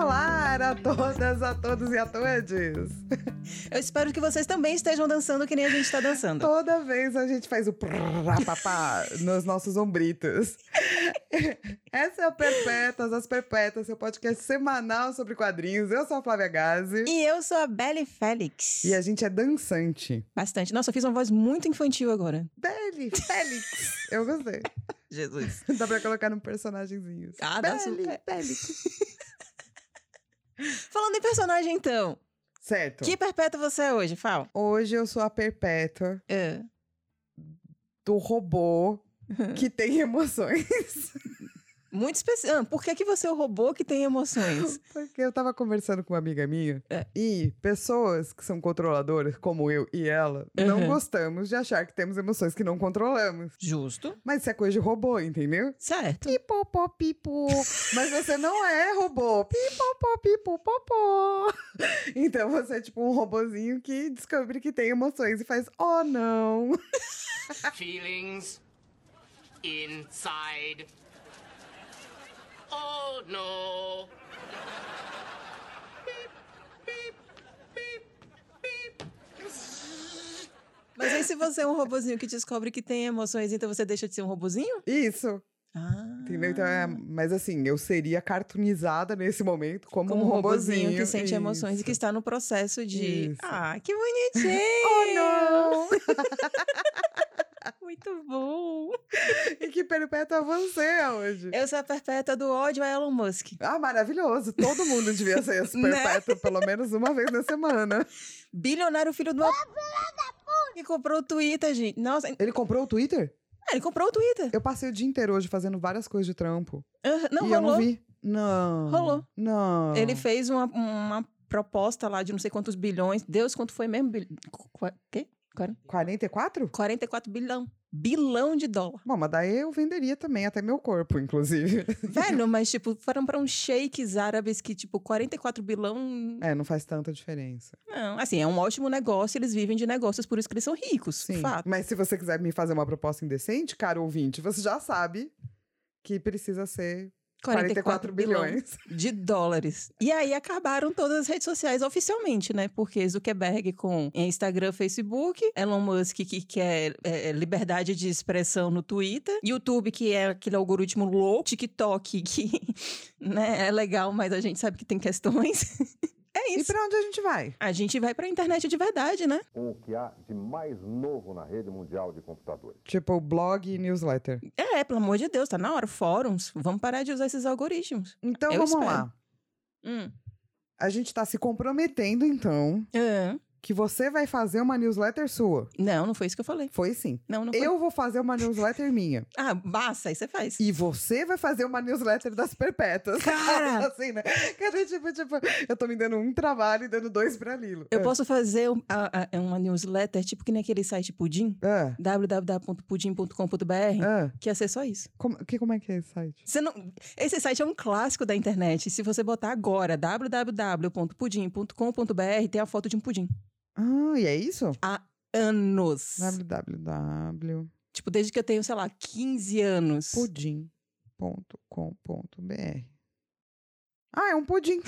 para todas, a todos e a todas. Eu espero que vocês também estejam dançando que nem a gente está dançando. Toda vez a gente faz o papá nos nossos ombritos. Essa é a Perpétuas, as Perpétuas, seu podcast semanal sobre quadrinhos. Eu sou a Flávia Gazi. E eu sou a Belle Félix. E a gente é dançante. Bastante. Nossa, eu fiz uma voz muito infantil agora. Belle Félix. Eu gostei. Jesus. Dá pra colocar num personagemzinho. Ah, dá Belle super. Félix. Falando em personagem, então. Certo. Que perpétua você é hoje, Fal? Hoje eu sou a Perpétua É. do robô que tem emoções. Muito especial. Ah, por que, que você é o robô que tem emoções? Porque eu tava conversando com uma amiga minha É. e pessoas que são controladoras, como eu e ela, não Uhum. gostamos de achar que temos emoções que não controlamos. Justo. Mas isso é coisa de robô, entendeu? Certo. Pipopó, pipo. Mas você não é robô. Pipopó, pipopopó. Então você é tipo um robozinho que descobre que tem emoções e faz, oh não. feelings inside. Oh no. Mas aí, se você é um robozinho que descobre que tem emoções, então você deixa de ser um robozinho? Isso. Ah. Entendeu? Então é, mas assim, eu seria cartoonizada nesse momento como, Como um um robozinho. robozinho que sente emoções e que está no processo de. Isso. Ah, que bonitinho! Oh, não! Muito bom! e que perpétua você é hoje. Eu sou a perpétua do ódio a Elon Musk. Ah, maravilhoso. Todo mundo devia ser esse Né? perpétuo pelo menos uma vez na semana. Bilionário filho do. Que comprou o Twitter, gente. Nossa, ah, Ele comprou o Twitter? ele comprou o Twitter. Eu passei o dia inteiro hoje fazendo várias coisas de trampo. Ah, Não e rolou. eu não vi. Não. Rolou. Não. Ele fez uma, uma proposta lá de não sei quantos bilhões. Deus, quanto foi mesmo? Bil... qu- qu- Quê? Quora- 44? 44 bilhão. Bilhão de dólar. Bom, mas daí eu venderia também, até meu corpo, inclusive. Velho, mas tipo, foram pra uns shakes árabes que, tipo, 44 bilhão. É, não faz tanta diferença. Não, assim, é um ótimo negócio, eles vivem de negócios, por isso que eles são ricos. Sim. Fato. Mas se você quiser me fazer uma proposta indecente, caro ouvinte, você já sabe que precisa ser 44 bilhões. de dólares. E aí acabaram todas as redes sociais oficialmente, né? Porque Zuckerberg com Instagram, Facebook, Elon Musk que quer é, liberdade de expressão no Twitter, YouTube que é aquele algoritmo louco, TikTok que né, é legal, mas a gente sabe que tem questões. É E isso. pra onde a gente vai? A gente vai pra internet de verdade, né? com o que há de mais novo na rede mundial de computadores. Tipo, blog e newsletter. É, pelo amor de Deus, tá na hora. Fóruns, vamos parar de usar esses algoritmos. Então Eu vamos espero. lá. Hum. A gente tá se comprometendo, então, Ah, que você vai fazer uma newsletter sua. Não, não foi isso que eu falei. Foi sim. Não, não foi. Eu vou fazer uma newsletter minha. Ah, basta, aí você faz. E você vai fazer uma newsletter das perpétuas. Cara! assim, né? Que a gente, tipo, tipo, eu tô me dando um trabalho e dando dois pra Lilo. Eu Ah. posso fazer um- a- a- uma newsletter, tipo que naquele site Pudim, Ah, www.pudim.com.br, ah. que ia ser só isso. Como, que, como é que é esse site? Você não, esse site é um clássico da internet. Se você botar agora www.pudim.com.br, tem a foto de um pudim. Ah, e é isso? Anos. www.pudim.com.br Tipo, desde que eu tenho, sei lá, 15 anos. Ah, é um pudim.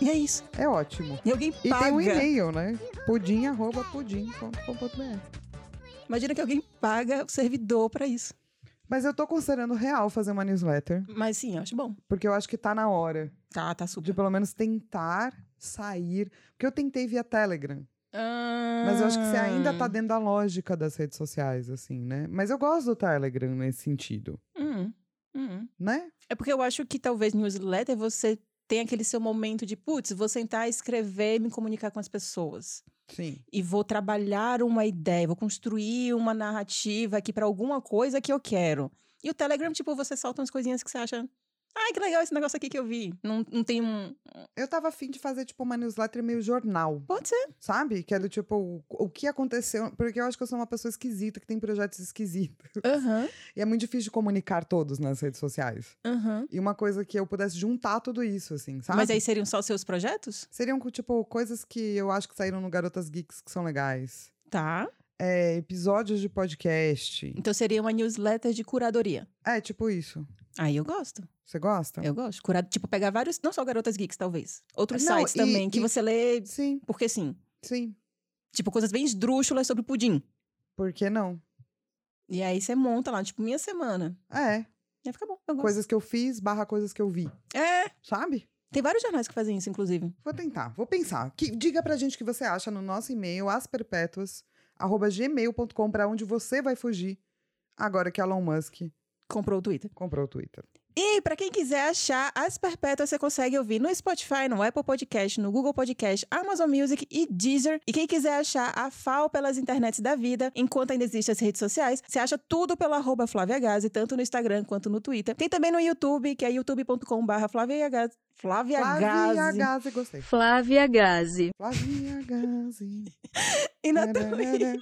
E é isso. É ótimo. E alguém E paga. tem um e-mail, né? Pudim, arroba, pudim.com.br. Imagina que alguém paga o servidor pra isso. Mas eu tô considerando real fazer uma newsletter, Mas sim, eu acho bom. porque eu acho que tá na hora Tá, tá super. de pelo menos tentar sair. Porque eu tentei via Telegram, mas eu acho que você ainda Ah. tá dentro da lógica das redes sociais, assim, né? Mas eu gosto do Telegram nesse sentido, Hum, hum. né? É porque eu acho que talvez newsletter você tem aquele seu momento de, putz, vou sentar, escrever e me comunicar com as pessoas. Sim. E vou trabalhar uma ideia, vou construir uma narrativa aqui pra alguma coisa que eu quero. E o Telegram, tipo, você solta umas coisinhas que você acha. Ai, que legal esse negócio aqui que eu vi. Não, não tem um. Eu tava afim de fazer, tipo, uma newsletter meio jornal. Pode ser. Sabe? Que é do tipo, o, o que aconteceu. Porque eu acho que eu sou uma pessoa esquisita, que tem projetos esquisitos. Aham, E é muito difícil de comunicar todos nas redes sociais. aham. E uma coisa que eu pudesse juntar tudo isso, assim, sabe? Mas aí seriam só seus projetos? Seriam, tipo, coisas que eu acho que saíram no Garotas Geeks que são legais. Tá. É, episódios de podcast. Então seria uma newsletter de curadoria. É, tipo isso. Aí eu gosto. Você gosta? Eu gosto. Curar, tipo, pegar vários. Não só garotas geeks, talvez. Outros Não, sites e- também que e- você lê, Sim, porque sim. sim. Tipo, coisas bem esdrúxulas sobre pudim. Por que não? E aí você monta lá, tipo, minha semana. É. E aí fica bom. Eu gosto. Coisas que eu fiz barra coisas que eu vi. É. Sabe? Tem vários jornais que fazem isso, inclusive. Vou tentar, vou pensar. Que, diga pra gente o que você acha no nosso e-mail, asperpetuas.gmail.com, pra onde você vai fugir agora que Elon Musk Comprou o Twitter. comprou o Twitter. E pra quem quiser achar As Perpétuas, você consegue ouvir no Spotify, no Apple Podcast, no Google Podcast, Amazon Music e Deezer. E quem quiser achar a FAO pelas internets da vida, enquanto ainda existem as redes sociais, você acha tudo pelo arroba Flávia Gazi, tanto no Instagram quanto no Twitter. Tem também no YouTube, que é youtube.com.br Flávia Gazi. Flávia Flávia Gazi. Gazi, gostei. Flávia Gazi. Flávia Gazi. Né, E na também. Tararara.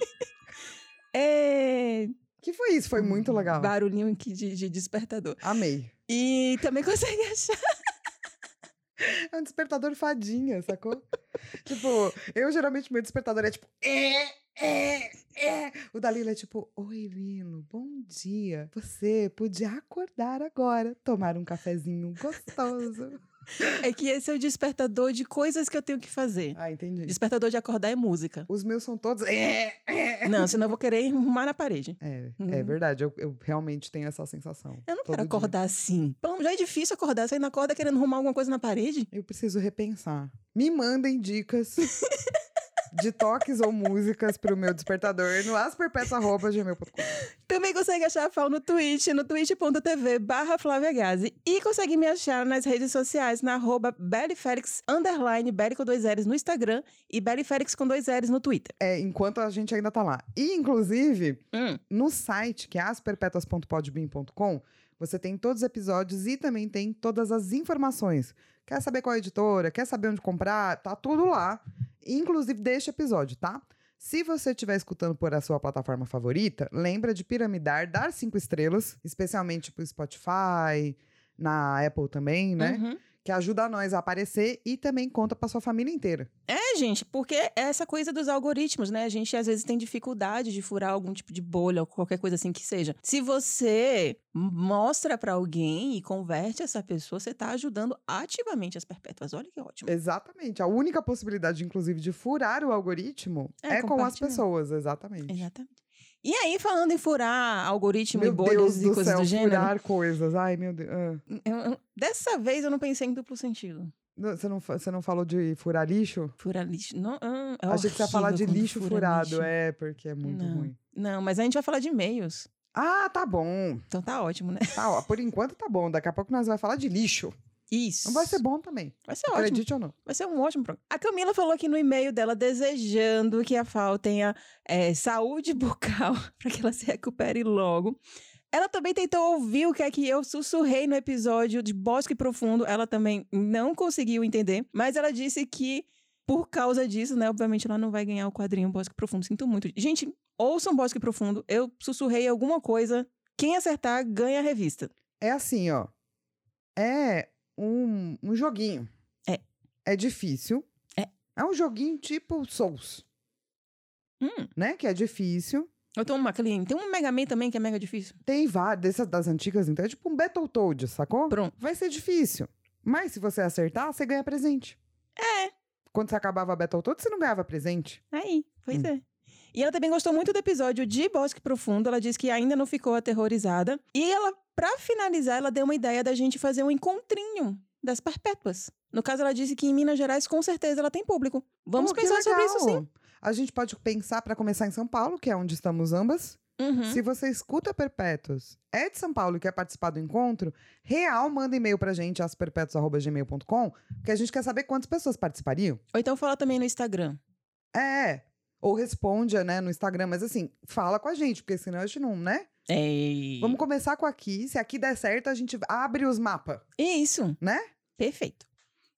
É... que foi isso? Foi muito legal. Barulhinho aqui de, de despertador. Amei. E também consegue achar. É um despertador fadinha, sacou? tipo, eu geralmente meu despertador é tipo. É, é, é. O da Lila é tipo, oi Lilo, bom dia. Você podia acordar agora, tomar um cafezinho gostoso. É que esse é o despertador de coisas que eu tenho que fazer. Ah, entendi. Despertador de acordar é música. Os meus são todos. É, é. Não, senão eu vou querer arrumar na parede. É, é Uhum. verdade, eu, eu realmente tenho essa sensação. Eu não todo quero dia. acordar assim. Pelo amor- já é difícil acordar, você ainda acorda querendo arrumar alguma coisa na parede? Eu preciso repensar. Me mandem dicas de toques ou músicas pro meu despertador no asperpetua.gmail.com. Também consegue achar a Fal no Twitch, no twitch.tv barra Flávia Gazi. E consegue me achar nas redes sociais, na arroba Beliferix, underline, Belly com dois L's no Instagram e Beliferix com dois L's no Twitter. É, enquanto a gente ainda tá lá. E, inclusive, Hum. no site, que é asperpetuas.podbean.com, você tem todos os episódios e também tem todas as informações. Quer saber qual é editora? Quer saber onde comprar? Tá tudo lá. Inclusive deste episódio, tá? Se você estiver escutando por a sua plataforma favorita, lembra de piramidar, dar cinco estrelas, especialmente pro Spotify, na Apple também, né? Uhum. Que ajuda nós a aparecer e também conta pra sua família inteira. É, gente, porque é essa coisa dos algoritmos, né? A gente às vezes tem dificuldade de furar algum tipo de bolha ou qualquer coisa assim que seja. Se você mostra pra alguém e converte essa pessoa, você tá ajudando ativamente as perpétuas. Olha que ótimo. Exatamente. A única possibilidade, inclusive, de furar o algoritmo É, é, com as compartilhar. pessoas, exatamente. Exatamente. E aí, falando em furar algoritmo e Meu bolhas Deus e do coisas céu, do gênero, furar coisas. Ai, meu Deus. ah. eu- eu- dessa vez eu não pensei em duplo sentido. Não, Você, não, fa- você não falou de furar lixo? Furar lixo. Não, ah, é Achei que você ia falar de horrível quando lixo fura furado. lixo. É, porque é muito Não. ruim. Não, mas a gente vai falar de e-mails. Ah, tá bom. Então tá ótimo, né? Tá, ó, por enquanto tá bom. Daqui a pouco nós vamos falar de lixo. Isso. Não vai ser bom também. Vai ser Tá ótimo. Acredite ou não. Vai ser um ótimo programa. A Camila falou aqui no e-mail dela desejando que a Fal tenha eh, saúde bucal para que ela se recupere logo. Ela também tentou ouvir o que é que eu sussurrei no episódio de Bosque Profundo. Ela também não conseguiu entender, mas ela disse que por causa disso, né, obviamente ela não vai ganhar o quadrinho Bosque Profundo. Sinto muito. Gente, ouçam Bosque Profundo. Eu sussurrei alguma coisa. Quem acertar ganha a revista. É assim, ó. É um, um joguinho. É. É difícil. É. É um joguinho tipo Souls, Hum, né? Que é difícil. eu tô uma cliente. Tem um Mega Man também que é mega difícil. Tem várias dessas das antigas, então é tipo um Battletoads, sacou? Pronto. Vai ser difícil. Mas se você acertar, você ganha presente. É. Quando você acabava a Battletoads, você não ganhava presente. Aí, pois Hum. é. E ela também gostou muito do episódio de Bosque Profundo. Ela disse que ainda não ficou aterrorizada. E ela, pra finalizar, ela deu uma ideia da gente fazer um encontrinho das perpétuas. No caso, ela disse que em Minas Gerais, com certeza, ela tem público. Vamos Pô, que pensar sobre isso, sim. legal. A gente pode pensar pra começar em São Paulo, que é onde estamos ambas. Uhum. Se você escuta Perpétuos, é de São Paulo e quer participar do encontro, real, manda e-mail pra gente, asperpétuos.gmail.com, porque a gente quer saber quantas pessoas participariam. Ou então fala também no Instagram. É. Ou responde, né, no Instagram. Mas assim, fala com a gente, porque senão a gente não, né? Ei. Vamos começar com aqui. Se aqui der certo, a gente abre os mapas. Isso. Né? Perfeito.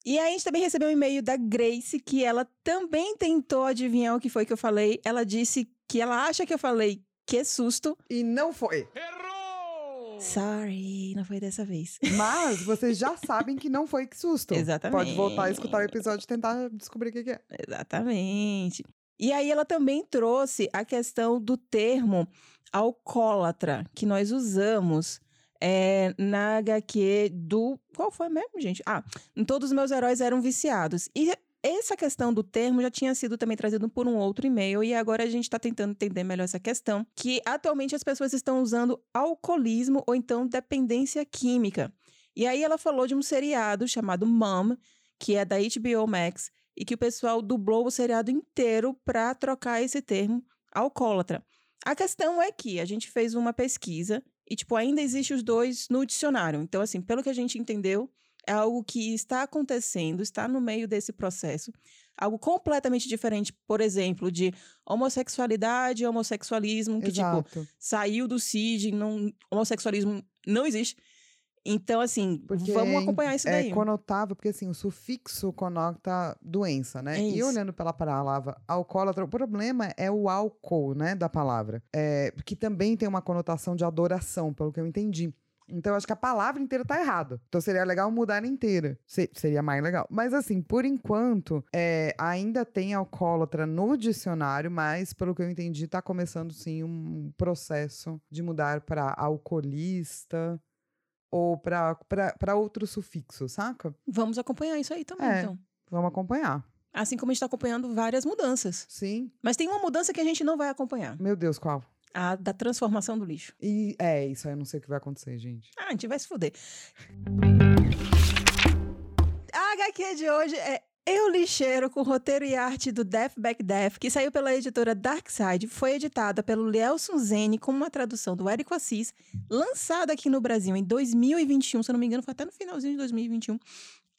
E aí a gente também recebeu um e-mail da Grace, que ela também tentou adivinhar o que foi que eu falei. Ela disse que ela acha que eu falei que susto. E não foi. Errou! Sorry, não foi dessa vez. Mas vocês já sabem que não foi que susto. Exatamente. Pode voltar a escutar o episódio e tentar descobrir o que, que é. Exatamente. E aí ela também trouxe a questão do termo alcoólatra que nós usamos é, na HQ do. Qual foi mesmo, gente? Ah, em todos os meus heróis eram viciados. E essa questão do termo já tinha sido também trazido por um outro e-mail, e agora a gente está tentando entender melhor essa questão, que atualmente as pessoas estão usando alcoolismo ou então dependência química. E aí ela falou de um seriado chamado Mom, que é da HBO Max, e que o pessoal dublou o seriado inteiro para trocar esse termo alcoólatra. A questão é que a gente fez uma pesquisa e, tipo, ainda existe os dois no dicionário. Então, assim, pelo que a gente entendeu, é algo que está acontecendo, está no meio desse processo. Algo completamente diferente, por exemplo, de homossexualidade, homossexualismo, que, tipo, Exato. saiu do CID, não, homossexualismo não existe. Então, assim, Porque vamos acompanhar isso é daí. conotável, porque assim, o sufixo conota doença, né? É e isso. olhando pela palavra alcoólatra, o problema é o álcool, né, da palavra. É, que também tem uma conotação de adoração, pelo que eu entendi. Então, eu acho que a palavra inteira tá errada. Então, seria legal mudar ela inteira. Se- seria mais legal. Mas, assim, por enquanto, é, ainda tem alcoólatra no dicionário, mas, pelo que eu entendi, tá começando, sim, um processo de mudar para alcoolista ou para outro sufixo, saca? Vamos acompanhar isso aí também, É. então. Vamos acompanhar. Assim como a gente está acompanhando várias mudanças. Sim. Mas tem uma mudança que a gente não vai acompanhar. Meu Deus, qual? A da transformação do lixo. E é, isso aí eu não sei o que vai acontecer, gente. Ah, a gente vai se fuder. A HQ de hoje é Eu Lixeiro, com roteiro e arte do Death Back Death, que saiu pela editora Darkside, foi editada pelo Lielson Zene com uma tradução do Érico Assis, lançada aqui no Brasil em 2021, se eu não me engano, foi até no finalzinho de 2021.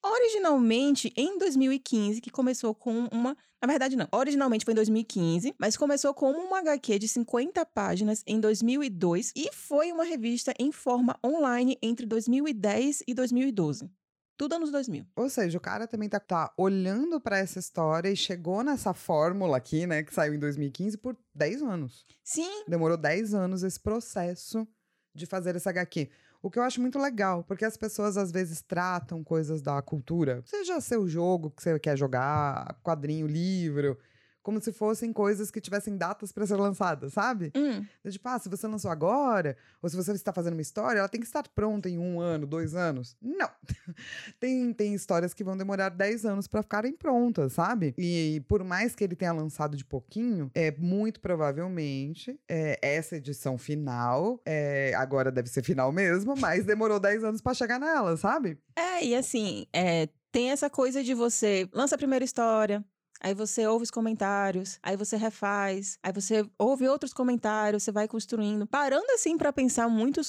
Originalmente, em 2015, que começou com uma. Na verdade, não. Originalmente foi em 2015, mas começou com uma HQ de 50 páginas em 2002 e foi uma revista em forma online entre 2010 e 2012. Tudo anos 2000. Ou seja, o cara também tá, tá olhando pra essa história e chegou nessa fórmula aqui, né, que saiu em 2015 por 10 anos. Sim, Demorou 10 anos esse processo de fazer essa HQ. O que eu acho muito legal, porque as pessoas às vezes tratam coisas da cultura, seja seu jogo que você quer jogar, quadrinho, livro, como se fossem coisas que tivessem datas pra ser lançadas, sabe? hum, Então, tipo, ah, se você lançou agora, ou se você está fazendo uma história, ela tem que estar pronta em um ano, dois anos. Não. tem, tem histórias que vão demorar 10 anos para ficarem prontas, sabe? E por mais que ele tenha lançado de pouquinho, é muito provavelmente é, essa edição final, é, agora deve ser final mesmo, mas demorou 10 anos para chegar nela, sabe? É, e assim, é, tem essa coisa de você lança a primeira história, aí você ouve os comentários, aí você refaz, aí você ouve outros comentários, você vai construindo. Parando assim pra pensar muito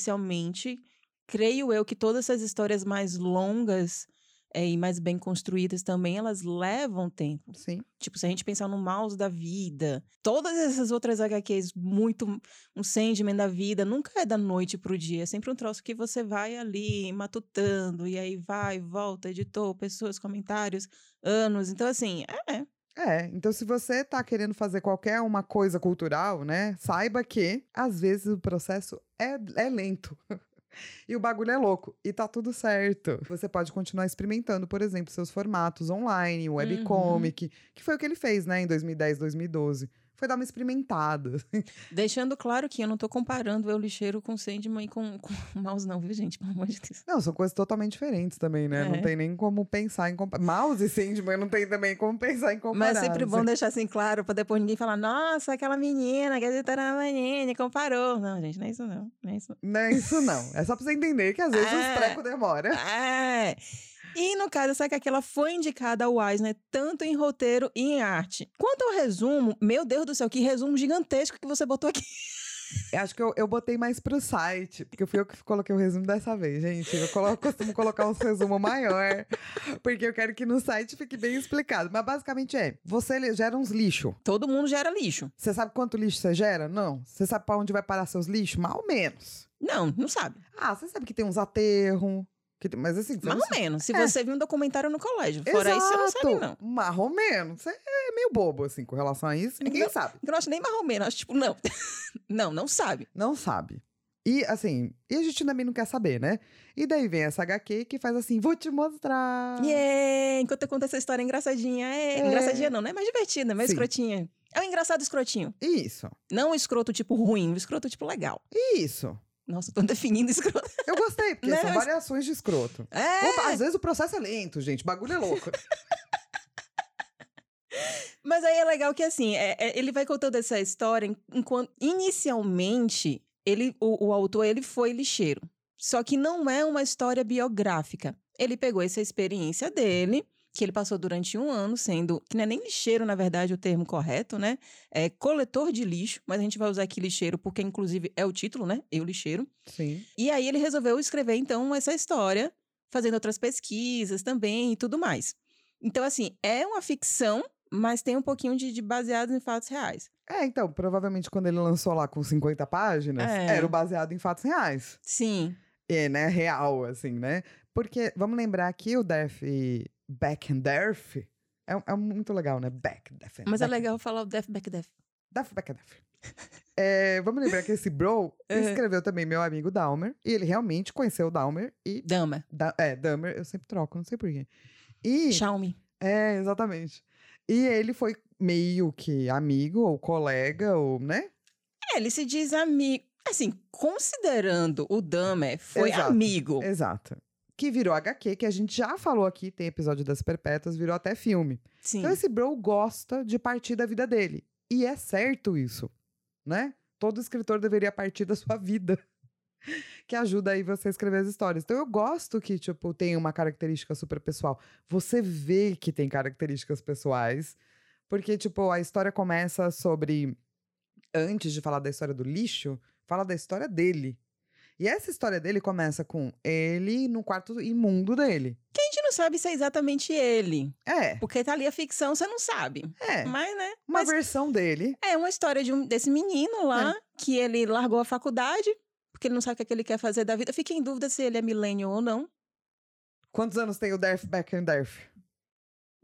superficialmente, creio eu que todas essas histórias mais longas é, e mais bem construídas também, elas levam tempo. Sim. Tipo, se a gente pensar no Mouse da vida, todas essas outras HQs, muito. Um Sandman da vida, nunca é da noite pro dia. É sempre um troço que você vai ali matutando, e aí vai, volta, editor, pessoas, comentários, anos. Então, assim, é. É, então se você tá querendo fazer qualquer uma coisa cultural, né, saiba que às vezes o processo é, é lento. E o bagulho é louco. E tá tudo certo. Você pode continuar experimentando, por exemplo, seus formatos online, Uhum. webcomic, que foi o que ele fez, né, em 2010, 2012. Foi dar uma experimentada. Deixando claro que eu não tô comparando eu lixeiro com Sandman e com, com o Mouse, não, viu, gente? Pelo amor de Deus. Não, são coisas totalmente diferentes também, né? É. Não tem nem como pensar em comparar. Mouse e Sandman não tem também como pensar em comparar. Mas é sempre assim. bom deixar assim claro, pra depois ninguém falar, nossa, aquela menina, que a menina, comparou. Não, gente, não é isso não. Não é isso Não é isso não. É só pra você entender que às vezes É. os trecos demoram. É. E no caso, essa HQ ela foi indicada ao Eisner tanto em roteiro e em arte. Quanto ao resumo, meu Deus do céu, que resumo gigantesco que você botou aqui. Eu Acho que eu, eu botei mais pro site, porque fui eu que coloquei o resumo dessa vez, gente. Eu colo- costumo colocar um resumo maior, porque eu quero que no site fique bem explicado. Mas basicamente é: você le- gera uns lixo. Todo mundo gera lixo. Você sabe quanto lixo você gera? Não. Você sabe pra onde vai parar seus lixos? Mais ou menos. Não, não sabe. Ah, você sabe que tem uns aterros. que tem- Mas assim, você Mais não ou menos. Se É. você viu um documentário no colégio. Fora isso, você não sabe, Exato. não. Mais ou menos. Você é meio bobo, assim, com relação a isso. Ninguém sabe. Eu não acho nem mais ou menos. eu Acho tipo, não. não, não sabe. não sabe. E assim, e a gente também não quer saber, né? E daí vem essa HQ que faz assim, vou te mostrar. E é enquanto eu conto essa história engraçadinha. É, Ah. É. Engraçadinha não, né? Mais divertida, mais Sim. escrotinha. É um engraçado escrotinho. Isso, Não um escroto tipo ruim, um escroto tipo legal. isso. Nossa, tô definindo escroto. Eu gostei, porque Né, são mas- variações de escroto. É, Opa, às vezes o processo é lento, gente. O bagulho é louco. Mas aí é legal que, assim, é- é- ele vai contando essa história en- enquanto, inicialmente, ele, o, o autor, ele foi lixeiro. Só que não é uma história biográfica. Ele pegou essa experiência dele, que ele passou durante um ano sendo, que não é nem lixeiro, na verdade, o termo correto, né? É coletor de lixo, mas a gente vai usar aqui lixeiro porque, inclusive, é o título, né? Eu lixeiro. Sim. E aí ele resolveu escrever, então, essa história, fazendo outras pesquisas também e tudo mais. Então, assim, é uma ficção, mas tem um pouquinho de, de baseado em fatos reais. É, então, provavelmente quando ele lançou lá com 50 páginas, É. era o baseado em fatos reais. Sim. É, né? Real, assim, né? Porque, vamos lembrar que o Derf Back and Derf é, é muito legal, né? Back, Derf. Mas é Back- legal falar o Death Back Death. Derf, Back and Derf. É, vamos lembrar que esse bro escreveu também meu amigo Dahmer. E ele realmente conheceu o Dahmer. E. Dama. Da, é, Dahmer, eu sempre troco, não sei porquê. E. Xiaomi. É, exatamente. E ele foi meio que amigo ou colega, ou, né? É, ele se diz amigo. Assim, considerando o Dama foi Exato. amigo. Exato. Que virou HQ, que a gente já falou aqui, tem episódio das Perpétuas, virou até filme. Sim. Então esse bro gosta de partir da vida dele. E é certo isso, né? Todo escritor deveria partir da sua vida. Que ajuda aí você a escrever as histórias. Então eu gosto que, tipo, tem uma característica super pessoal. Você vê que tem características pessoais. Porque, tipo, a história começa sobre. Antes de falar da história do lixo, fala da história dele. E essa história dele começa com ele no quarto imundo dele. Que a gente não sabe se é exatamente ele. É, Porque tá ali a ficção, você não sabe. é. Mas, né? Uma mas- versão dele. É uma história de um- desse menino lá É. que ele largou a faculdade porque ele não sabe o que, é que ele quer fazer da vida. Eu Fiquei em dúvida se ele é milênio ou não. Quantos anos tem o Derf Back and Derf?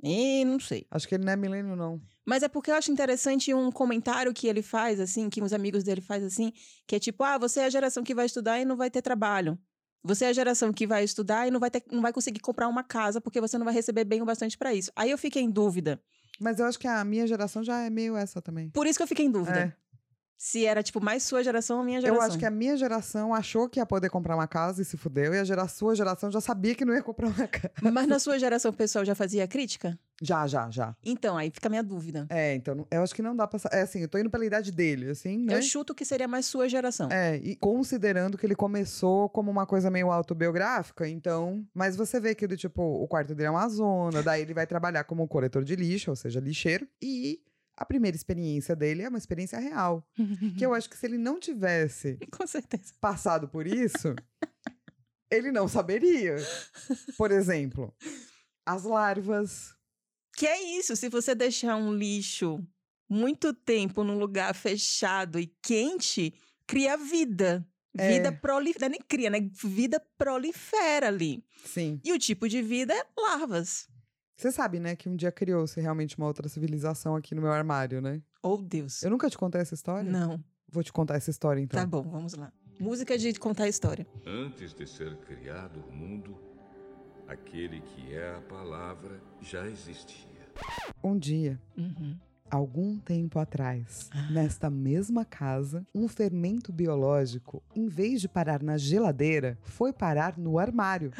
E não sei. Acho que ele não é milênio, não. Mas é porque eu acho interessante um comentário que ele faz, assim, que uns amigos dele fazem assim, que é tipo, ah, você é a geração que vai estudar e não vai ter trabalho. Você é a geração que vai estudar e não vai, ter, não vai conseguir comprar uma casa porque você não vai receber bem o bastante pra isso. Aí eu fiquei em dúvida. Mas eu acho que a minha geração já é meio essa também. Por isso que eu fiquei em dúvida. É. Se era, tipo, mais sua geração ou minha Eu geração. acho que é. a minha geração achou que ia poder comprar uma casa e se fudeu, e a gera- sua geração já sabia que não ia comprar uma casa. Mas na sua geração o pessoal já fazia crítica? Já, já, já. Então, aí fica a minha dúvida. É, então, não- eu acho que não dá pra. sa- É assim, eu tô indo pela idade dele, assim, né? Eu chuto que seria mais sua geração. É, e considerando que ele começou como uma coisa meio autobiográfica, então. Mas você vê que, do tipo, o quarto dele é uma zona, daí ele vai trabalhar como coletor de lixo, ou seja, lixeiro, e a primeira experiência dele é uma experiência real. que eu acho que se ele não tivesse Com certeza. passado por isso, ele não saberia. Por exemplo, as larvas. Que é isso, se você deixar um lixo muito tempo num lugar fechado e quente, cria vida. É. Vida prolifera, nem cria, né? Vida prolifera ali. Sim. E o tipo de vida é larvas. Você sabe, né, que um dia criou-se realmente uma outra civilização aqui no meu armário, né? Oh, Deus. Eu nunca te contei essa história? Não, Vou te contar essa história então. tá bom, vamos lá. Música de contar a história. Antes de ser criado o mundo, aquele que é a palavra já existia. Um dia, Uhum. algum tempo atrás, Ah. nesta mesma casa, um fermento biológico, em vez de parar na geladeira, foi parar no armário.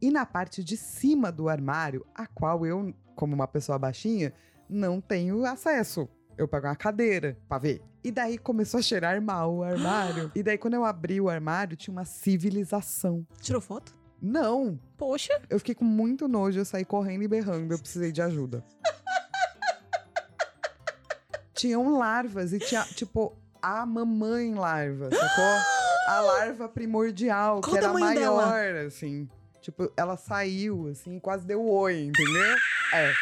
E na parte de cima do armário, a qual eu, como uma pessoa baixinha, não tenho acesso. Eu pego uma cadeira pra ver. E daí começou a cheirar mal o armário. E daí, quando eu abri o armário, tinha uma civilização. Tirou foto? Não! Poxa, Eu fiquei com muito nojo, eu saí correndo e berrando, eu precisei de ajuda. Tinham larvas e tinha, tipo, a mamãe larva, sacou? A larva primordial, Qual que o era a tamanho dela? maior, assim. Tipo, ela saiu, assim, quase deu oi, entendeu? É.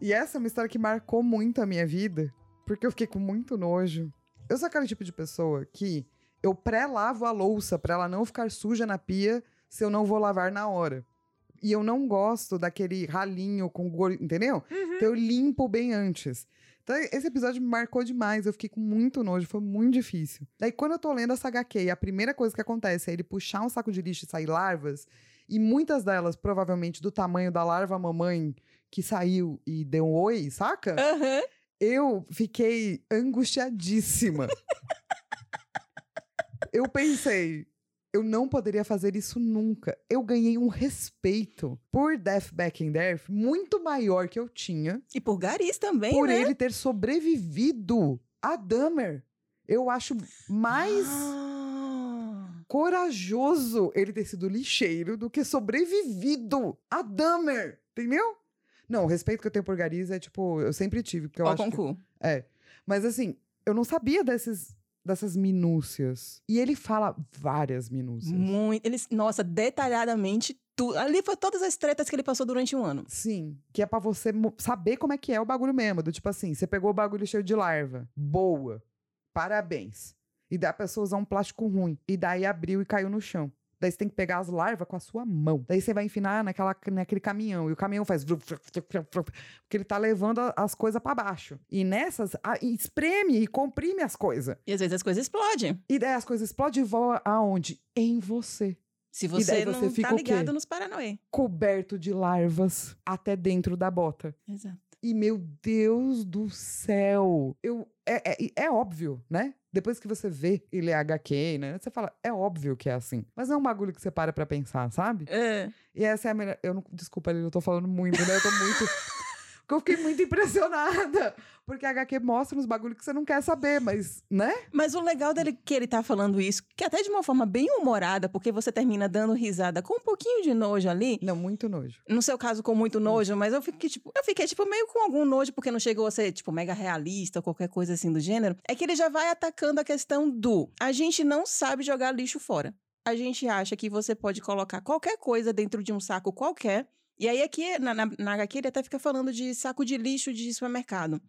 E essa é uma história que marcou muito a minha vida, porque eu fiquei com muito nojo. Eu sou aquele tipo de pessoa que eu pré-lavo a louça pra ela não ficar suja na pia se eu não vou lavar na hora. E eu não gosto daquele ralinho com gosto, entendeu? Então eu limpo bem antes. Então esse episódio me marcou demais, eu fiquei com muito nojo, foi muito difícil. Daí quando eu tô lendo essa HQ, e a primeira coisa que acontece é ele puxar um saco de lixo e sair larvas, e muitas delas provavelmente do tamanho da larva mamãe que saiu e deu um oi, saca? Aham. Eu fiquei angustiadíssima. Eu pensei, eu não poderia fazer isso nunca. Eu ganhei um respeito por Death Back in Death muito maior que eu tinha E por Garis também, por né? ele ter sobrevivido a Dahmer. Eu acho mais Ah. corajoso ele ter sido lixeiro do que sobrevivido a Dahmer, entendeu? Não, o respeito que eu tenho por Gariz é tipo, eu sempre tive, porque eu Ó, acho que- conclu. é. Mas assim, eu não sabia desses, dessas minúcias. E ele fala várias minúcias. Muito. Eles, nossa, detalhadamente tudo. Ali foi todas as tretas que ele passou durante um ano. Sim, que é pra você mo- saber como é que é o bagulho mesmo. Do tipo assim, você pegou o bagulho cheio de larva. Boa. Parabéns. E daí a pessoa usar um plástico ruim. E daí abriu e caiu no chão. Daí você tem que pegar as larvas com a sua mão. Daí você vai enfinar naquela, naquele caminhão. E o caminhão faz. vrup, vrup, vrup, vrup, vrup, Porque ele tá levando a- as coisas pra baixo. E nessas, a- e espreme e comprime as coisas. E às vezes as coisas explodem. E daí as coisas explodem e voam aonde? Em você. Se daí você, você não fica tá o quê? ligado nos Paranauê. Coberto de larvas até dentro da bota. Exato. E meu Deus do céu! Eu, é, é, é óbvio, né? Depois que você vê e lê HQ, né? Você fala, é óbvio que é assim. Mas não é um bagulho que você para pra pensar, sabe? É. E essa é a melhor. Eu não. Desculpa, Lili, eu tô falando muito, né? Eu tô muito. Porque eu fiquei muito impressionada. Porque a HQ mostra uns bagulhos que você não quer saber, mas, né? Mas o legal dele que ele tá falando isso, que até de uma forma bem humorada, porque você termina dando risada com um pouquinho de nojo ali. Não, muito nojo. No seu caso, com muito nojo, mas eu fiquei, tipo, eu fiquei, tipo, meio com algum nojo, porque não chegou a ser, tipo, mega realista ou qualquer coisa assim do gênero. É que ele já vai atacando a questão do a gente não sabe jogar lixo fora. A gente acha que você pode colocar qualquer coisa dentro de um saco qualquer. E aí, aqui, na, na, na HQ, ele até fica falando de saco de lixo de supermercado.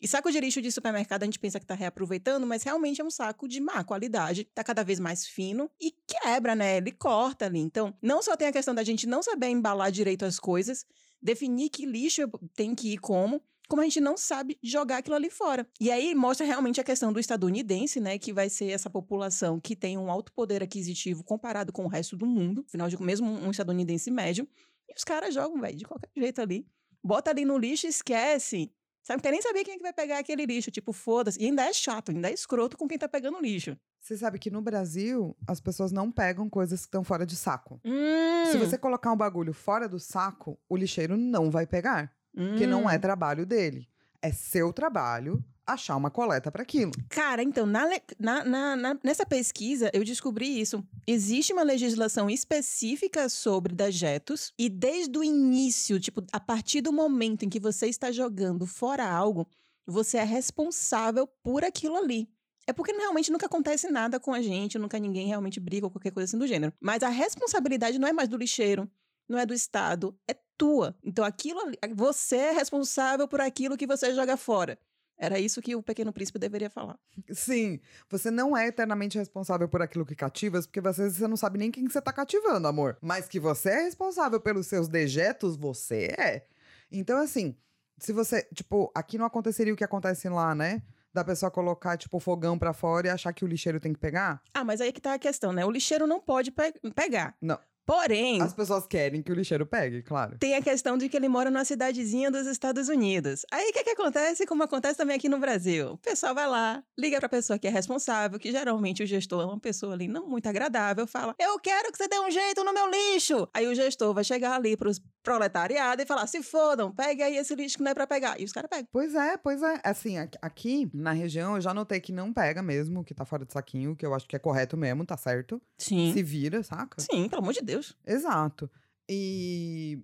E saco de lixo de supermercado a gente pensa que tá reaproveitando, mas realmente é um saco de má qualidade, tá cada vez mais fino e quebra, né? Ele corta ali. Então, não só tem a questão da gente não saber embalar direito as coisas, definir que lixo tem que ir como, como a gente não sabe jogar aquilo ali fora. E aí mostra realmente a questão do estadunidense, né? Que vai ser essa população que tem um alto poder aquisitivo comparado com o resto do mundo, afinal de mesmo um estadunidense médio. E os caras jogam, velho, de qualquer jeito ali. Bota ali no lixo, e esquece. Sabe, não quer nem saber quem é que vai pegar aquele lixo. Tipo, foda-se. E ainda é chato, ainda é escroto com quem tá pegando lixo. Você sabe que no Brasil, as pessoas não pegam coisas que estão fora de saco. Hum, Se você colocar um bagulho fora do saco, o lixeiro não vai pegar. que não é trabalho dele. É seu trabalho achar uma coleta para aquilo. Cara, então, na le- na- na- na- nessa pesquisa, eu descobri isso. Existe uma legislação específica sobre dejetos, e desde o início, tipo, a partir do momento em que você está jogando fora algo, você é responsável por aquilo ali. É porque realmente nunca acontece nada com a gente, nunca ninguém realmente briga ou qualquer coisa assim do gênero. Mas a responsabilidade não é mais do lixeiro, não é do Estado, é tua. Então aquilo ali, você é responsável por aquilo que você joga fora. Era isso que o Pequeno Príncipe deveria falar. Sim, você não é eternamente responsável por aquilo que cativas, porque às vezes você não sabe nem quem que você tá cativando, amor. Mas que você é responsável pelos seus dejetos, você é. Então, assim, se você. Tipo, aqui não aconteceria o que acontece lá, né? Da pessoa colocar, tipo, o fogão pra fora e achar que o lixeiro tem que pegar. Ah, mas aí que tá a questão, né? O lixeiro não pode pe- pegar. Não. Porém, As pessoas querem que o lixeiro pegue, claro. tem a questão de que ele mora numa cidadezinha dos Estados Unidos. Aí o que, que acontece, como acontece também aqui no Brasil? O pessoal vai lá, liga pra pessoa que é responsável, que geralmente o gestor é uma pessoa ali não muito agradável, fala: Eu quero que você dê um jeito no meu lixo. Aí o gestor vai chegar ali pros proletariado e falar: Se fodam, pegue aí esse lixo que não é pra pegar. E os caras pegam. Pois é, pois é. Assim, aqui- aqui na região eu já notei que não pega mesmo, que tá fora de saquinho, que eu acho que é correto mesmo, tá certo. Sim. Se vira, saca? Sim, pelo amor de Deus. Exato. E,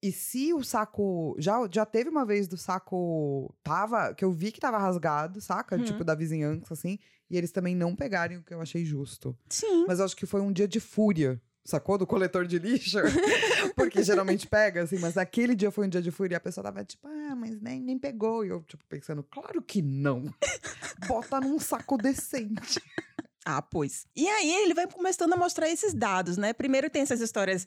e se o saco. Já, já teve uma vez do saco. Tava. Que eu vi que tava rasgado, saca? Uhum. Tipo, da vizinhança, assim. E eles também não pegarem, o que eu achei justo. Sim. Mas eu acho que foi um dia de fúria. Sacou? Do coletor de lixo. Porque geralmente pega, assim, mas aquele dia foi um dia de fúria e a pessoa tava tipo, ah, mas nem, nem pegou. E eu, tipo, pensando, claro que não. Bota num saco decente. Ah, pois. E aí ele vai começando a mostrar esses dados, né? Primeiro tem essas histórias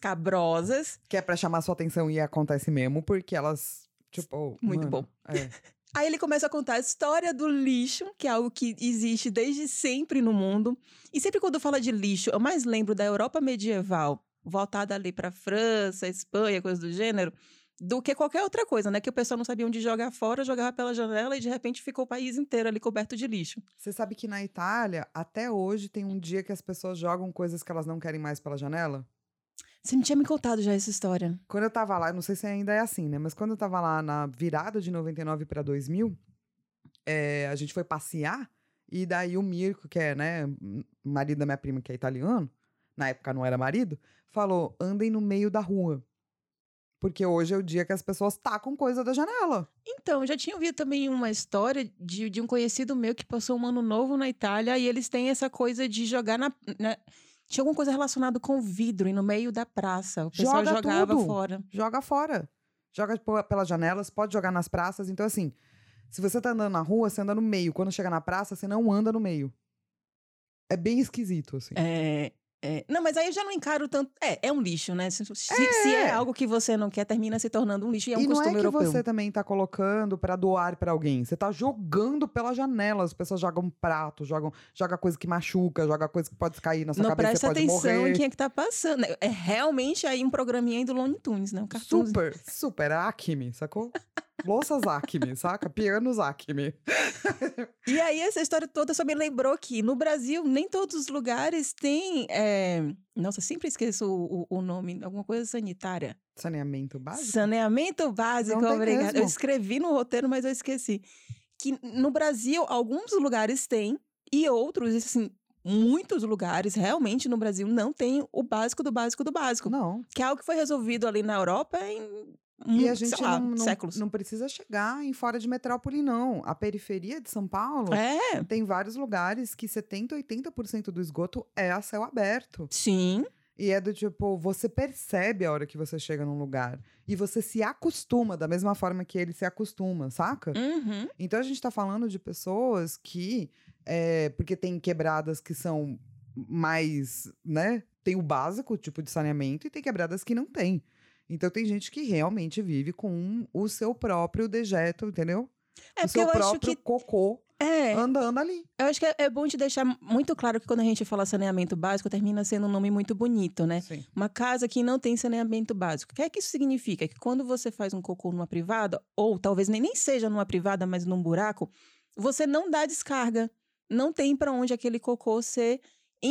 escabrosas. Que é pra chamar sua atenção e acontece mesmo, porque elas, tipo. Muito mano, bom. é. Aí ele começa a contar a história do lixo, que é algo que existe desde sempre no mundo. E sempre quando fala de lixo, eu mais lembro da Europa medieval, voltada ali para França, Espanha, coisa do gênero, do que qualquer outra coisa, né? Que o pessoal não sabia onde jogar fora, jogava pela janela e de repente ficou o país inteiro ali coberto de lixo. Você sabe que na Itália, até hoje, tem um dia que as pessoas jogam coisas que elas não querem mais pela janela? Você não tinha me contado já essa história? Quando eu tava lá, eu não sei se ainda é assim, né? Mas quando eu tava lá na virada de 99 pra 2000, é, a gente foi passear e daí o Mirko, que é, né, m- marido da minha prima, que é italiano, na época não era marido, falou: andem no meio da rua. Porque hoje é o dia que as pessoas tacam coisa da janela. Então, já tinha ouvido também uma história de, de um conhecido meu que passou um ano novo na Itália e eles têm essa coisa de jogar na. na- tinha alguma coisa relacionada com vidro e no meio da praça. O pessoal Joga jogava tudo. fora. joga fora. Joga po- pelas janelas, pode jogar nas praças. Então, assim, se você tá andando na rua, você anda no meio. Quando chega na praça, você não anda no meio. É bem esquisito, assim. É, é, não, mas aí eu já não encaro tanto. É, é um lixo, né? Se se- se é. algo que você não quer, termina se tornando um lixo e é um e não costume é que europeu. você também tá colocando pra doar pra alguém. Você tá jogando pelas janelas. As pessoas jogam um prato, jogam, joga coisa que machuca, joga coisa que pode cair na sua Não cabeça, você presta pode atenção morrer. em quem é que tá passando. É realmente aí um programinha aí do Lone Tunes, né? Um cartoon. Super, super É acme, sacou? Louças acme, saca? Pianos acme. E aí, essa história toda só me lembrou que no Brasil, nem todos os lugares têm. é, Nossa, sempre esqueço o, o- o nome, alguma coisa sanitária. Saneamento básico. Saneamento básico, Não tem obrigada. Eu mesmo. escrevi no roteiro, mas eu esqueci. Que no Brasil, alguns lugares têm, e outros, assim, muitos lugares realmente no Brasil não tem o básico do básico do básico. Não. Que é algo que foi resolvido ali na Europa em. E mu- a gente Hum, sei lá, não, não- séculos. não precisa chegar em fora de metrópole, não. A periferia de São Paulo É, tem vários lugares que 70%, 80% do esgoto é a céu aberto. sim. E é do tipo, você percebe a hora que você chega num lugar. E você se acostuma da mesma forma que ele se acostuma, saca? Uhum. Então a gente tá falando de pessoas que. é, porque tem quebradas que são mais, né? Tem o básico, tipo de saneamento, e tem quebradas que não tem. Então tem gente que realmente vive com o seu próprio dejeto, entendeu? É o porque seu eu acho próprio que. cocô É, andando ali. Eu acho que é- é bom te deixar muito claro que quando a gente fala saneamento básico, termina sendo um nome muito bonito, né? Sim. Uma casa que não tem saneamento básico. O que é que isso significa? Que quando você faz um cocô numa privada, ou talvez nem, nem seja numa privada, mas num buraco, você não dá descarga. Não tem para onde aquele cocô ser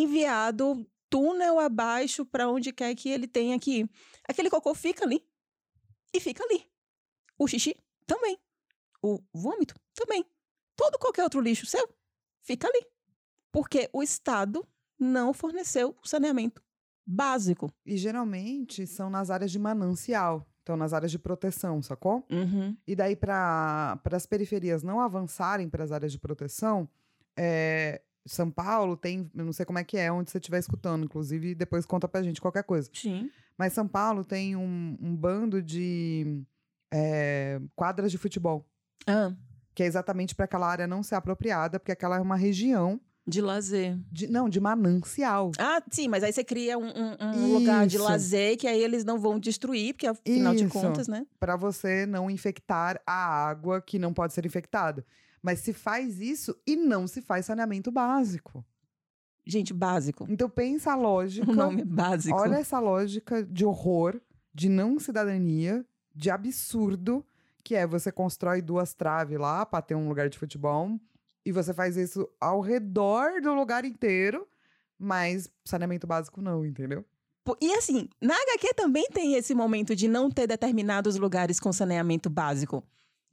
enviado túnel abaixo para onde quer que ele tenha que ir. Aquele cocô fica ali e fica ali. O xixi também. O vômito também. Todo qualquer outro lixo seu fica ali. Porque o Estado não forneceu o saneamento básico. E geralmente são nas áreas de manancial. Então, nas áreas de proteção, sacou? Uhum. E daí, para as periferias não avançarem para as áreas de proteção, é, São Paulo tem, eu não sei como é que é, onde você estiver escutando, inclusive, depois conta pra gente qualquer coisa. Sim. Mas São Paulo tem um, um bando de é, quadras de futebol, Ah, que é exatamente para aquela área não ser apropriada, porque aquela é uma região, de lazer. de, não, de manancial. Ah, sim, mas aí você cria um, um- um lugar de Isso. lazer que aí eles não vão destruir, porque afinal de Isso. contas, né? para você não infectar a água que não pode ser infectada. Mas se faz isso e não se faz saneamento básico. Gente, básico. Então pensa a lógica. O nome é básico. Olha essa lógica de horror, de não cidadania, de absurdo, que é você constrói duas traves lá para ter um lugar de futebol e você faz isso ao redor do lugar inteiro, mas saneamento básico não, entendeu? Pô, E assim, na HQ também tem esse momento de não ter determinados lugares com saneamento básico.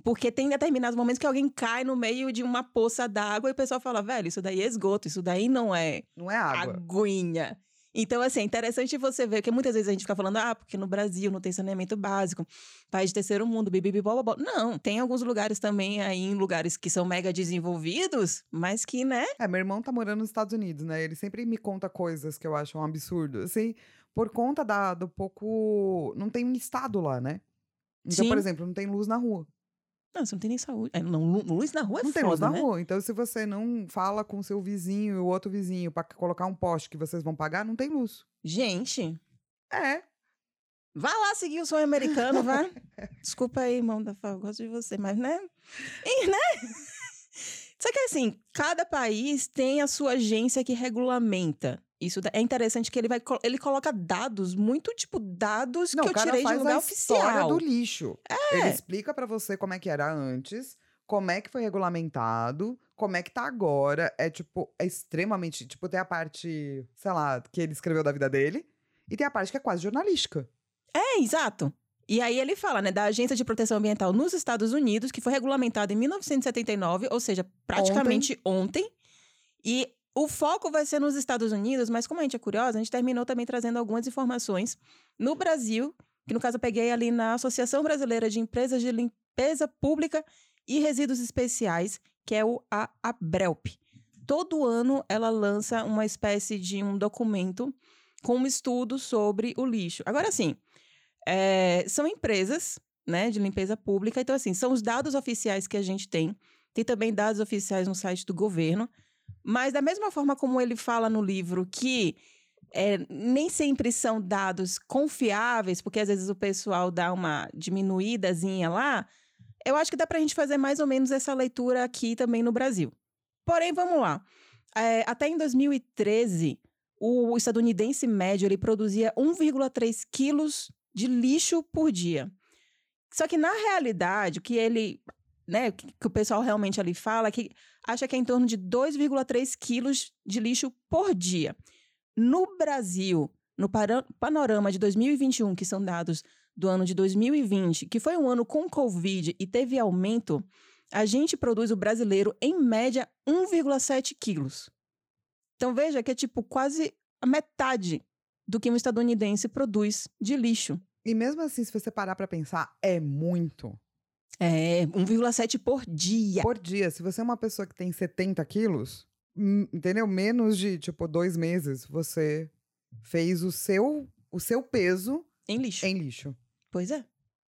Porque tem determinados momentos que alguém cai no meio de uma poça d'água e o pessoal fala, velho, isso daí é esgoto, isso daí não é Não é água. aguinha. Então, assim, é interessante você ver, porque muitas vezes a gente fica falando, ah, porque no Brasil não tem saneamento básico, país de terceiro mundo, bibibi, bobobó. Não, tem alguns lugares também aí, em lugares que são mega desenvolvidos, mas que, né? É, meu irmão tá morando nos Estados Unidos, né? Ele sempre me conta coisas que eu acho um absurdo, assim, por conta da, do pouco. Não tem um estado lá, né? Então, Sim. por exemplo, não tem luz na rua. Não, você não tem nem saúde. É, não, lu- luz na rua é não tem foda, luz na né? rua. Então, se você não fala com seu vizinho e o outro vizinho pra colocar um poste que vocês vão pagar, não tem luz. Gente, É. Vá lá seguir o sonho americano, vá. Desculpa aí, irmão da Fá, eu gosto de você, mas né? E, né? Só que assim, cada país tem a sua agência que regulamenta Isso é interessante que ele vai co- ele coloca dados, muito tipo dados Não, que o eu cara tirei de faz lugar a história oficial. do lixo. É. Ele explica pra você como é que era antes, como é que foi regulamentado, como é que tá agora. É tipo, é extremamente. Tipo, tem a parte, sei lá, que ele escreveu da vida dele, e tem a parte que é quase jornalística. É, exato. E aí ele fala, né, da Agência de Proteção Ambiental nos Estados Unidos, que foi regulamentada em 1979, ou seja, praticamente ontem. E o foco vai ser nos Estados Unidos, mas como a gente é curiosa, a gente terminou também trazendo algumas informações no Brasil, que no caso eu peguei ali na Associação Brasileira de Empresas de Limpeza Pública e Resíduos Especiais, que é o a Abrelp. Todo ano ela lança uma espécie de um documento com um estudo sobre o lixo. Agora sim, é, são empresas né, de limpeza pública. Então, assim, são os dados oficiais que a gente tem. Tem também dados oficiais no site do governo. Mas, da mesma forma como ele fala no livro que é, nem sempre são dados confiáveis, porque às vezes o pessoal dá uma diminuídazinha lá, eu acho que dá para a gente fazer mais ou menos essa leitura aqui também no Brasil. Porém, vamos lá. É, até em 2013, o estadunidense médio ele produzia 1,3 quilos de lixo por dia. Só que na realidade, o que ele, né, que que o pessoal realmente ali fala é que acha que é em torno de 2,3 quilos de lixo por dia. No Brasil, no para- panorama de 2021, que são dados do ano de 2020, que foi um ano com Covid e teve aumento, a gente produz o brasileiro em média 1,7 quilos. Então veja que é tipo quase a metade do que um estadunidense produz de lixo. E mesmo assim, se você parar pra pensar, é muito. É, 1,7 por dia. Por dia, se você é uma pessoa que tem 70 quilos, hum, entendeu? Menos de, tipo, dois meses, você fez o seu, o seu peso Em lixo. em lixo. Pois é.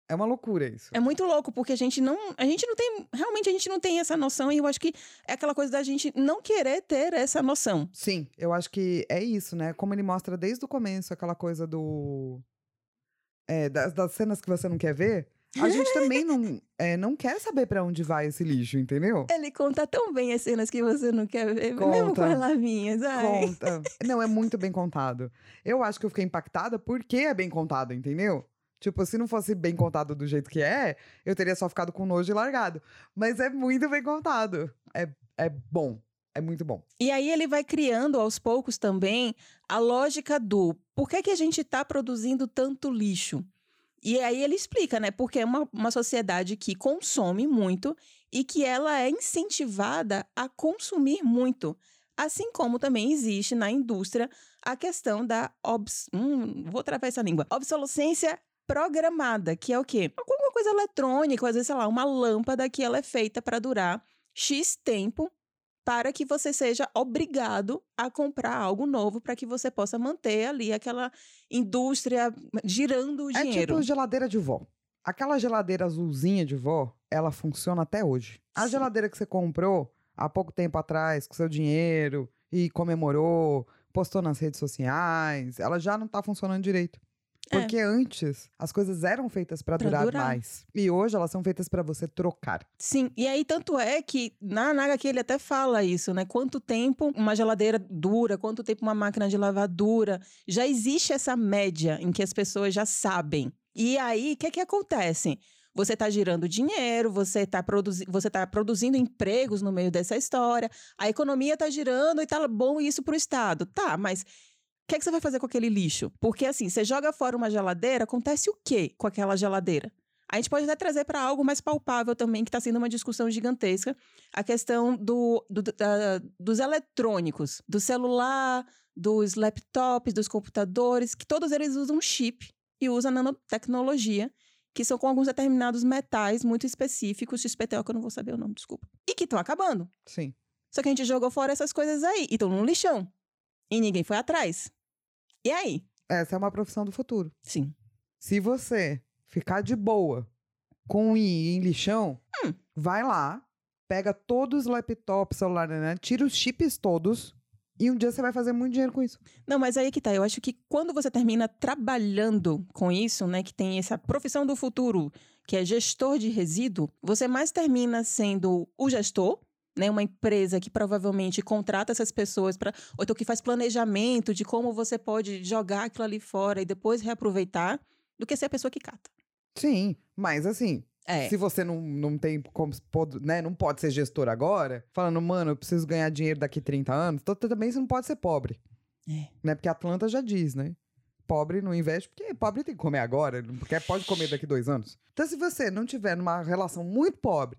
É uma loucura isso. É muito louco, porque a gente não. A gente não tem. Realmente a gente não tem essa noção. E eu acho que é aquela coisa da gente não querer ter essa noção. Sim, eu acho que é isso, né? Como ele mostra desde o começo aquela coisa do. é, das, das cenas que você não quer ver, a gente também não, é, não quer saber pra onde vai esse lixo, entendeu? Ele conta tão bem as cenas que você não quer ver, mesmo com Conta. as lavinhas. Ai. Conta. Não, é muito bem contado. Eu acho que eu fiquei impactada porque é bem contado, entendeu? Tipo, se não fosse bem contado do jeito que é, eu teria só ficado com nojo e largado. Mas é muito bem contado. É, é bom. É muito bom. E aí ele vai criando aos poucos também a lógica do por que, que a gente está produzindo tanto lixo. E aí ele explica, né? Porque é uma, uma sociedade que consome muito e que ela é incentivada a consumir muito. Assim como também existe na indústria a questão da obs... hum, vou travar essa língua. Obsolescência programada, que é o quê? Alguma coisa eletrônica, ou às vezes, sei lá, uma lâmpada que ela é feita para durar X tempo para que você seja obrigado a comprar algo novo para que você possa manter ali aquela indústria girando o dinheiro. É tipo geladeira de vó. Aquela geladeira azulzinha de vó, ela funciona até hoje. A Sim. geladeira que você comprou há pouco tempo atrás, com seu dinheiro, e comemorou, postou nas redes sociais, ela já não tá funcionando direito. É. Porque antes as coisas eram feitas pra Pra durar, durar. mais. E hoje elas são feitas pra você trocar. Sim, e aí tanto é que na na HQ ele até fala isso, né? Quanto tempo uma geladeira dura, quanto tempo uma máquina de lavar dura. Já existe essa média em que as pessoas já sabem. E aí, o que é que acontece? Você está girando dinheiro, você está você tá produzindo empregos no meio dessa história, a economia está girando e tá bom isso para o Estado. Tá, mas o que, é que você vai fazer com aquele lixo? Porque assim, você joga fora uma geladeira, acontece o quê com aquela geladeira? A gente pode até trazer para algo mais palpável também, que está sendo uma discussão gigantesca, a questão do, do- da- dos eletrônicos, do celular, dos laptops, dos computadores, que todos eles usam chip e usam nanotecnologia, que são com alguns determinados metais muito específicos, XPTO, que eu não vou saber o nome, desculpa, e que estão acabando. Sim. Só que a gente jogou fora essas coisas aí, e estão no lixão. E ninguém foi atrás. E aí? Essa é uma profissão do futuro. Sim. Se você ficar de boa com o em lixão, Hum. vai lá, pega todos os laptops, celular, né, né, tira os chips todos e um dia você vai fazer muito dinheiro com isso. Não, mas aí que tá. Eu acho que quando você termina trabalhando com isso, né, que tem essa profissão do futuro, que é gestor de resíduo, você mais termina sendo o gestor né, uma empresa que provavelmente contrata essas pessoas para ou então que faz planejamento de como você pode jogar aquilo ali fora e depois reaproveitar, do que ser a pessoa que cata. Sim, mas assim, É. se você não, não tem como, se pod- né, não pode ser gestor agora, falando, mano, eu preciso ganhar dinheiro daqui 30 anos, então também você não pode ser pobre. É. Né? Porque Atlanta já diz, né? Pobre não investe, porque pobre tem que comer agora, porque pode comer daqui dois anos. Então, se você não tiver numa relação muito pobre,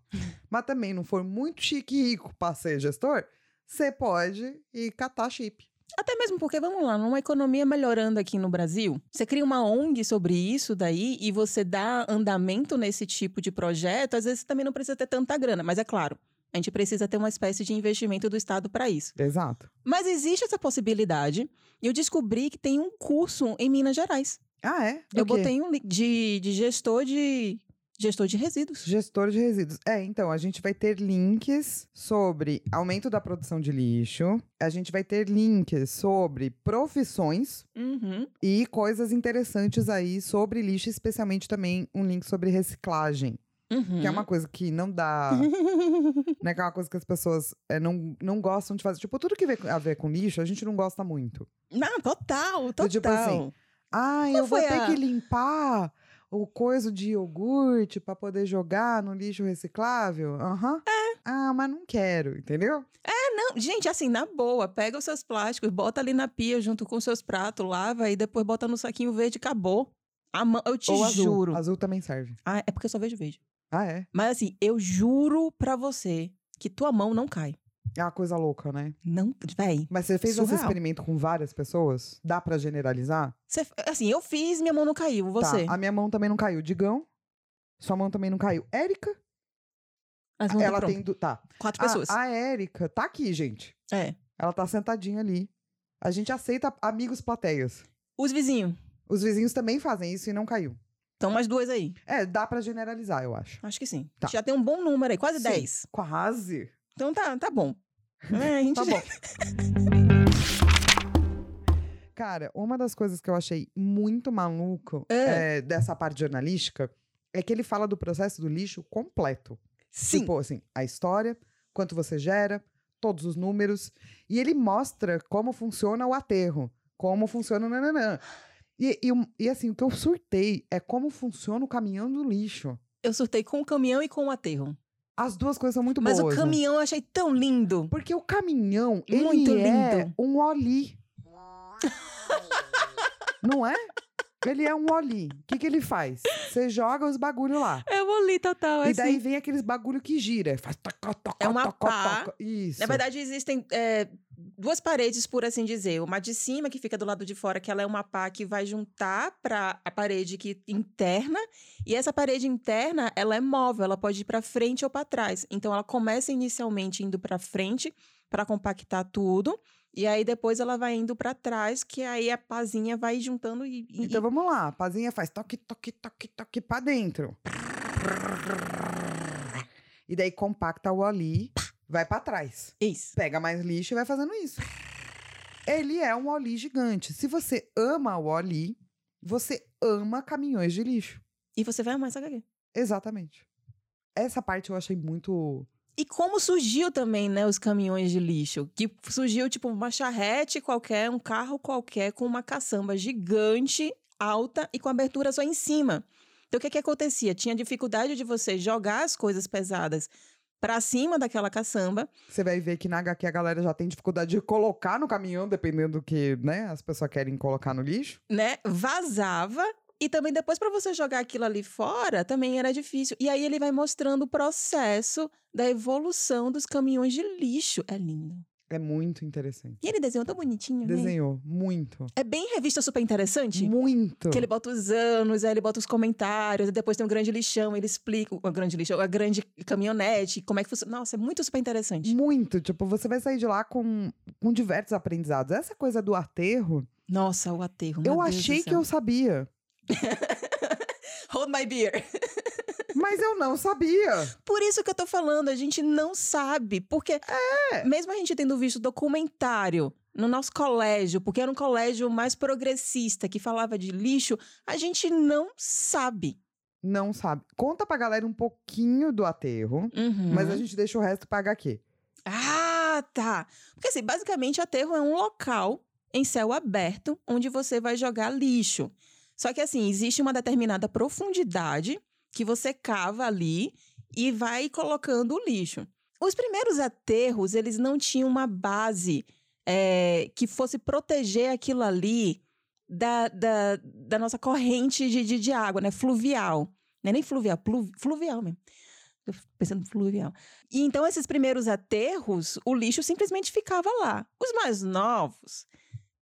mas também não for muito chique e rico pra ser gestor, você pode ir catar chip. Até mesmo porque, vamos lá, numa economia melhorando aqui no Brasil, você cria uma ONG sobre isso daí e você dá andamento nesse tipo de projeto, às vezes você também não precisa ter tanta grana, mas é claro, a gente precisa ter uma espécie de investimento do Estado para isso. Exato. Mas existe essa possibilidade e eu descobri que tem um curso em Minas Gerais. Ah, é? Do eu quê? botei um link de, de gestor de gestor de resíduos. Gestor de resíduos. É, então, a gente vai ter links sobre aumento da produção de lixo, a gente vai ter links sobre profissões Uhum. e coisas interessantes aí sobre lixo, especialmente também um link sobre reciclagem, Uhum. que é uma coisa que não dá. né, que é uma coisa que as pessoas é, não, não gostam de fazer. Tipo, tudo que vê- a ver com lixo, a gente não gosta muito. Não, total, total. tipo assim, Ah, Qual eu vou foi ter a- que limpar o coisa de iogurte pra poder jogar no lixo reciclável? Aham. É. Ah, mas não quero, entendeu? Não, gente, assim, na boa, pega os seus plásticos, bota ali na pia junto com os seus pratos, lava e depois bota no saquinho verde, acabou. A mão- eu te Ou azul. juro. Azul também serve. Ah, é porque eu só vejo verde. Ah, é? Mas assim, eu juro pra você que tua mão não cai. É uma coisa louca, né? Não, véi. Mas você fez esse Surreal. experimento com várias pessoas? Dá pra generalizar? Cê- assim, eu fiz, minha mão não caiu. Você. Tá, a minha mão também não caiu. Digão? Sua mão também não caiu. Érica? As mãos Ela pronto. tem. Du... Tá. quatro A- pessoas. A Érica tá aqui, gente. É. Ela tá sentadinha ali. A gente aceita amigos plateias. Os vizinhos. Os vizinhos também fazem isso e não caiu. Então, mais duas aí. É, dá pra generalizar, eu acho. Acho que sim. Tá. Já tem um bom número aí, quase Sim. dez. Quase. Então tá, tá bom. É, a gente Tá já- bom. Cara, uma das coisas que eu achei muito maluco É. é, dessa parte jornalística é que ele fala do processo do lixo completo. Sim. Tipo assim, a história, quanto você gera, todos os números. E ele mostra como funciona o aterro, como funciona o nananã. E, e, um- e assim, o que eu surtei é como funciona o caminhão do lixo. Eu surtei com o caminhão e com o aterro. As duas coisas são muito Mas boas. o né? caminhão eu achei tão lindo. Porque o caminhão, ele Muito é lindo. um oli. Não é? Ele é um oli. O que, que ele faz? Você joga os bagulho lá. Eu ali, total. e daí vem aqueles bagulho que gira. Faz toco, toco, Tipo assim. É uma toco, pá. toco. Isso. Na verdade, existem é, duas paredes, por assim dizer. Uma de cima, que fica do lado de fora, que ela é uma pá que vai juntar para a parede que interna. E essa parede interna, ela é móvel, ela pode ir para frente ou para trás. Então, ela começa inicialmente indo para frente para compactar tudo. E aí, depois, ela vai indo para trás, que aí a pazinha vai juntando e. e- Então vamos lá. A pazinha faz toque, toque, toque, toque pra dentro. E daí compacta o oli, vai pra trás. é Isso. pega mais lixo e vai fazendo isso. Ele é um Oli gigante. Se você ama o Oli, você ama caminhões de lixo. E você vai amar essa HQ. Exatamente. Essa parte eu achei muito. E como surgiu também, né, os caminhões de lixo? Que surgiu, tipo, uma charrete qualquer, um carro qualquer, com uma caçamba gigante, alta e com abertura só em cima. Então, o que que acontecia? Tinha dificuldade de você jogar as coisas pesadas pra cima daquela caçamba. Você vai ver que na HQ a galera já tem dificuldade de colocar no caminhão, dependendo do que né, as pessoas querem colocar no lixo. né, vazava. E também depois para você jogar aquilo ali fora, também era difícil. E aí ele vai mostrando o processo da evolução dos caminhões de lixo. É lindo. É muito interessante. E ele desenhou tão bonitinho, né? Desenhou muito. É bem revista super interessante. Muito. Que ele bota os anos, aí ele bota os comentários, aí depois tem um grande lixão, ele explica o grande lixão, a grande caminhonete, como é que funciona. Nossa, é muito super interessante. Muito. Tipo, você vai sair de lá com, com diversos aprendizados. Essa coisa do aterro, Nossa, o aterro. eu achei que eu sabia, Hold my beer. mas eu não sabia. Por isso que eu tô falando, a gente não sabe. Porque, mesmo a gente tendo visto documentário no nosso colégio, porque era um colégio mais progressista que falava de lixo, a gente não sabe. Uhum. não sabe. Conta pra galera um pouquinho do aterro, mas a gente deixa o resto pra HQ. Ah, tá. Porque assim, basicamente aterro é um local em céu aberto onde você vai jogar lixo. Só que assim, existe uma determinada profundidade que você cava ali e vai colocando o lixo. Os primeiros aterros, eles não tinham uma base eh, que fosse proteger aquilo ali da, da, da nossa corrente de, de, de água, né? Fluvial. Não é nem fluvial, plu- fluvial mesmo. Tô pensando em fluvial. E então, esses primeiros aterros, o lixo simplesmente ficava lá. Os mais novos,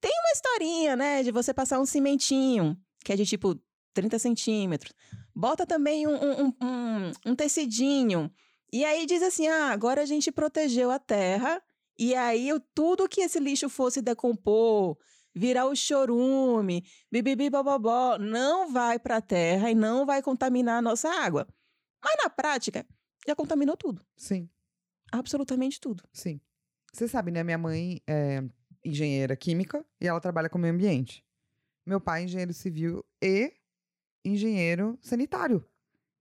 tem uma historinha, né? De você passar um cimentinho, que é de tipo 30 centímetros. Bota também um, um, um- um- um tecidinho. E aí diz assim: ah, agora a gente protegeu a terra. E aí, o- tudo que esse lixo fosse decompor, virar o chorume, bibibi bobobó, não vai para a terra e não vai contaminar a nossa água. Mas na prática, já contaminou tudo. Sim, Absolutamente tudo. sim. Você sabe, né? Minha mãe é engenheira química e ela trabalha com meio ambiente. Meu pai é engenheiro civil e engenheiro sanitário.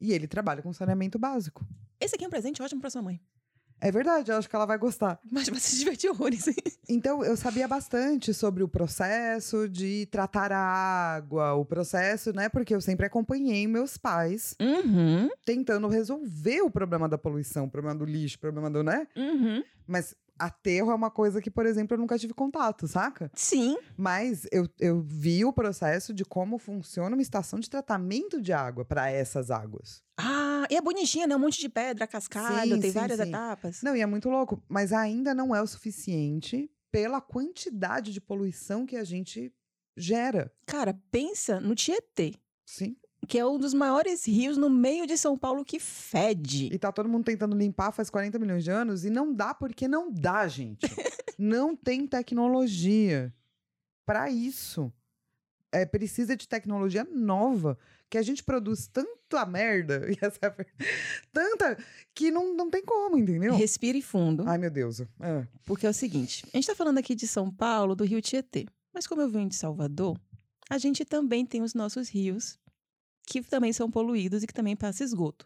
E ele trabalha com saneamento básico. Esse aqui é um presente ótimo para sua mãe. É verdade, eu acho que ela vai gostar. Mas vai se divertir horrores. Então, eu sabia bastante sobre o processo de tratar a água, o processo, né? Porque eu sempre acompanhei meus pais Uhum, tentando resolver o problema da poluição, o problema do lixo, o problema do, né? uhum. Mas aterro é uma coisa que, por exemplo, eu nunca tive contato, saca? Sim. Mas eu, eu vi o processo de como funciona uma estação de tratamento de água para essas águas. Ah, e é bonitinha, né? Um monte de pedra, cascalho, Sim, tem sim, várias sim. etapas. Não, e é muito louco, mas ainda não é o suficiente pela quantidade de poluição que a gente gera. Cara, pensa no Tietê, Sim. que é um dos maiores rios no meio de São Paulo que fede. E tá todo mundo tentando limpar faz 40 milhões de anos e não dá porque não dá, gente. não tem tecnologia para isso. É, precisa de tecnologia nova, que a gente produz tanta merda, e essa é a ver- tanta, que não, não tem como, entendeu? Respire fundo, Ai, meu Deus. Ah, porque é o seguinte: a gente tá falando aqui de São Paulo, do rio Tietê. Mas como eu venho de Salvador, a gente também tem os nossos rios que também são poluídos e que também passa esgoto.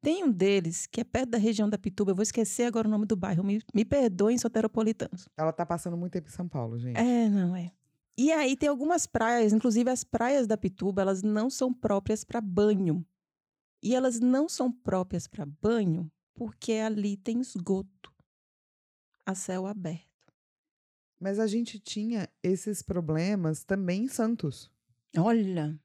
Tem um deles que é perto da região da Pituba, eu vou esquecer agora o nome do bairro, me, me perdoem soteropolitanos. ela tá passando muito tempo em São Paulo, gente. É, não é. E aí tem algumas praias, inclusive as praias da Pituba, elas não são próprias para banho. E elas não são próprias para banho porque ali tem esgoto a céu aberto. Mas a gente tinha esses problemas também em Santos. Olha,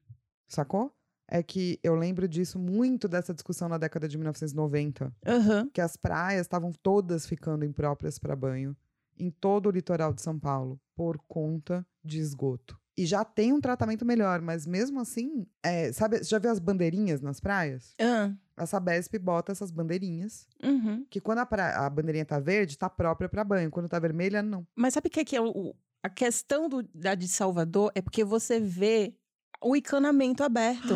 sacou? É que eu lembro disso muito dessa discussão na década de 1990, aham, que as praias estavam todas ficando impróprias para banho em todo o litoral de São Paulo por conta de esgoto. E já tem um tratamento melhor, mas mesmo assim, é, sabe, você já viu as bandeirinhas nas praias? ah, A Sabesp bota essas bandeirinhas, uhum. que quando a, pra- a bandeirinha tá verde, tá própria para banho, quando tá vermelha não. Mas sabe o que é, que é o- o- a questão do- da de Salvador? É porque você vê o encanamento aberto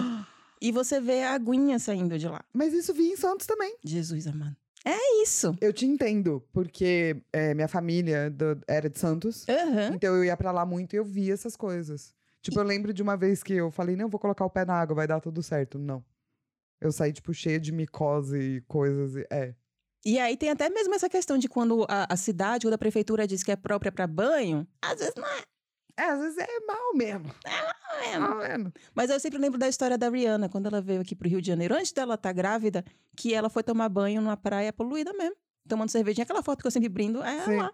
e você vê a aguinha saindo de lá. Mas isso vi em Santos também. Jesus amado. É isso. Eu te entendo, porque é, minha família do- era de Santos. Aham. Então eu ia pra lá muito e eu via essas coisas. Tipo, eu lembro de uma vez que eu falei, não, vou colocar o pé na água, vai dar tudo certo. Não. Eu saí, tipo, cheia de micose e coisas. e- É. E aí tem até mesmo essa questão de quando a, a cidade, quando a prefeitura diz que é própria para banho, às vezes não É, às vezes é mal mesmo. é. Mal mesmo. Mas eu sempre lembro da história da Rihanna, quando ela veio aqui pro Rio de Janeiro, antes dela estar grávida, que ela foi tomar banho numa praia poluída mesmo. Tomando cervejinha, aquela foto que eu sempre brindo, é Sim. lá.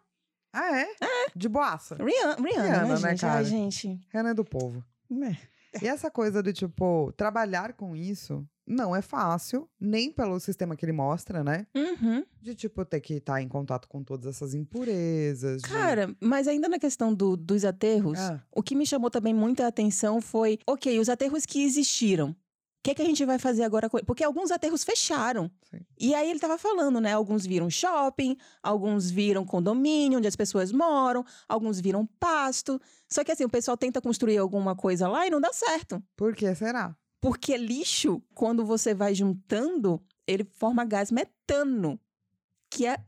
Ah, é? De boaça. Rihanna, Rihanna, Rihanna, né, né, gente? cara? Ai, gente. Renan é do povo. É. E essa coisa do, tipo, trabalhar com isso não é fácil, nem pelo sistema que ele mostra, né? Uhum. De, tipo, ter que estar em contato com todas essas impurezas. de- Cara, mas ainda na questão do- dos aterros, Ah. o que me chamou também muita atenção foi, ok, os aterros que existiram. O que, é que a gente vai fazer agora com ele? Porque alguns aterros fecharam. Sim. E aí ele tava falando, né? Alguns viram shopping, alguns viram condomínio onde as pessoas moram, alguns viram pasto. Só que assim, o pessoal tenta construir alguma coisa lá e não dá certo. Por que será? Porque lixo, quando você vai juntando, ele forma gás metano, que é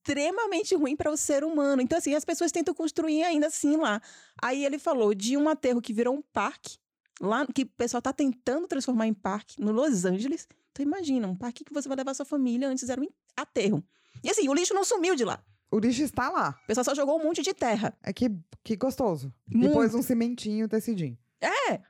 extremamente ruim para o ser humano. Então, assim, as pessoas tentam construir ainda assim lá. Aí ele falou de um aterro que virou um parque, lá que o pessoal tá tentando transformar em parque, no Los Angeles. Então, imagina, um parque que você vai levar sua família, antes era um aterro. E assim, o lixo não sumiu de lá. Urish está lá. O pessoal só jogou um monte de terra. É que, que gostoso. E Muito. pôs um cimentinho tecidinho. É!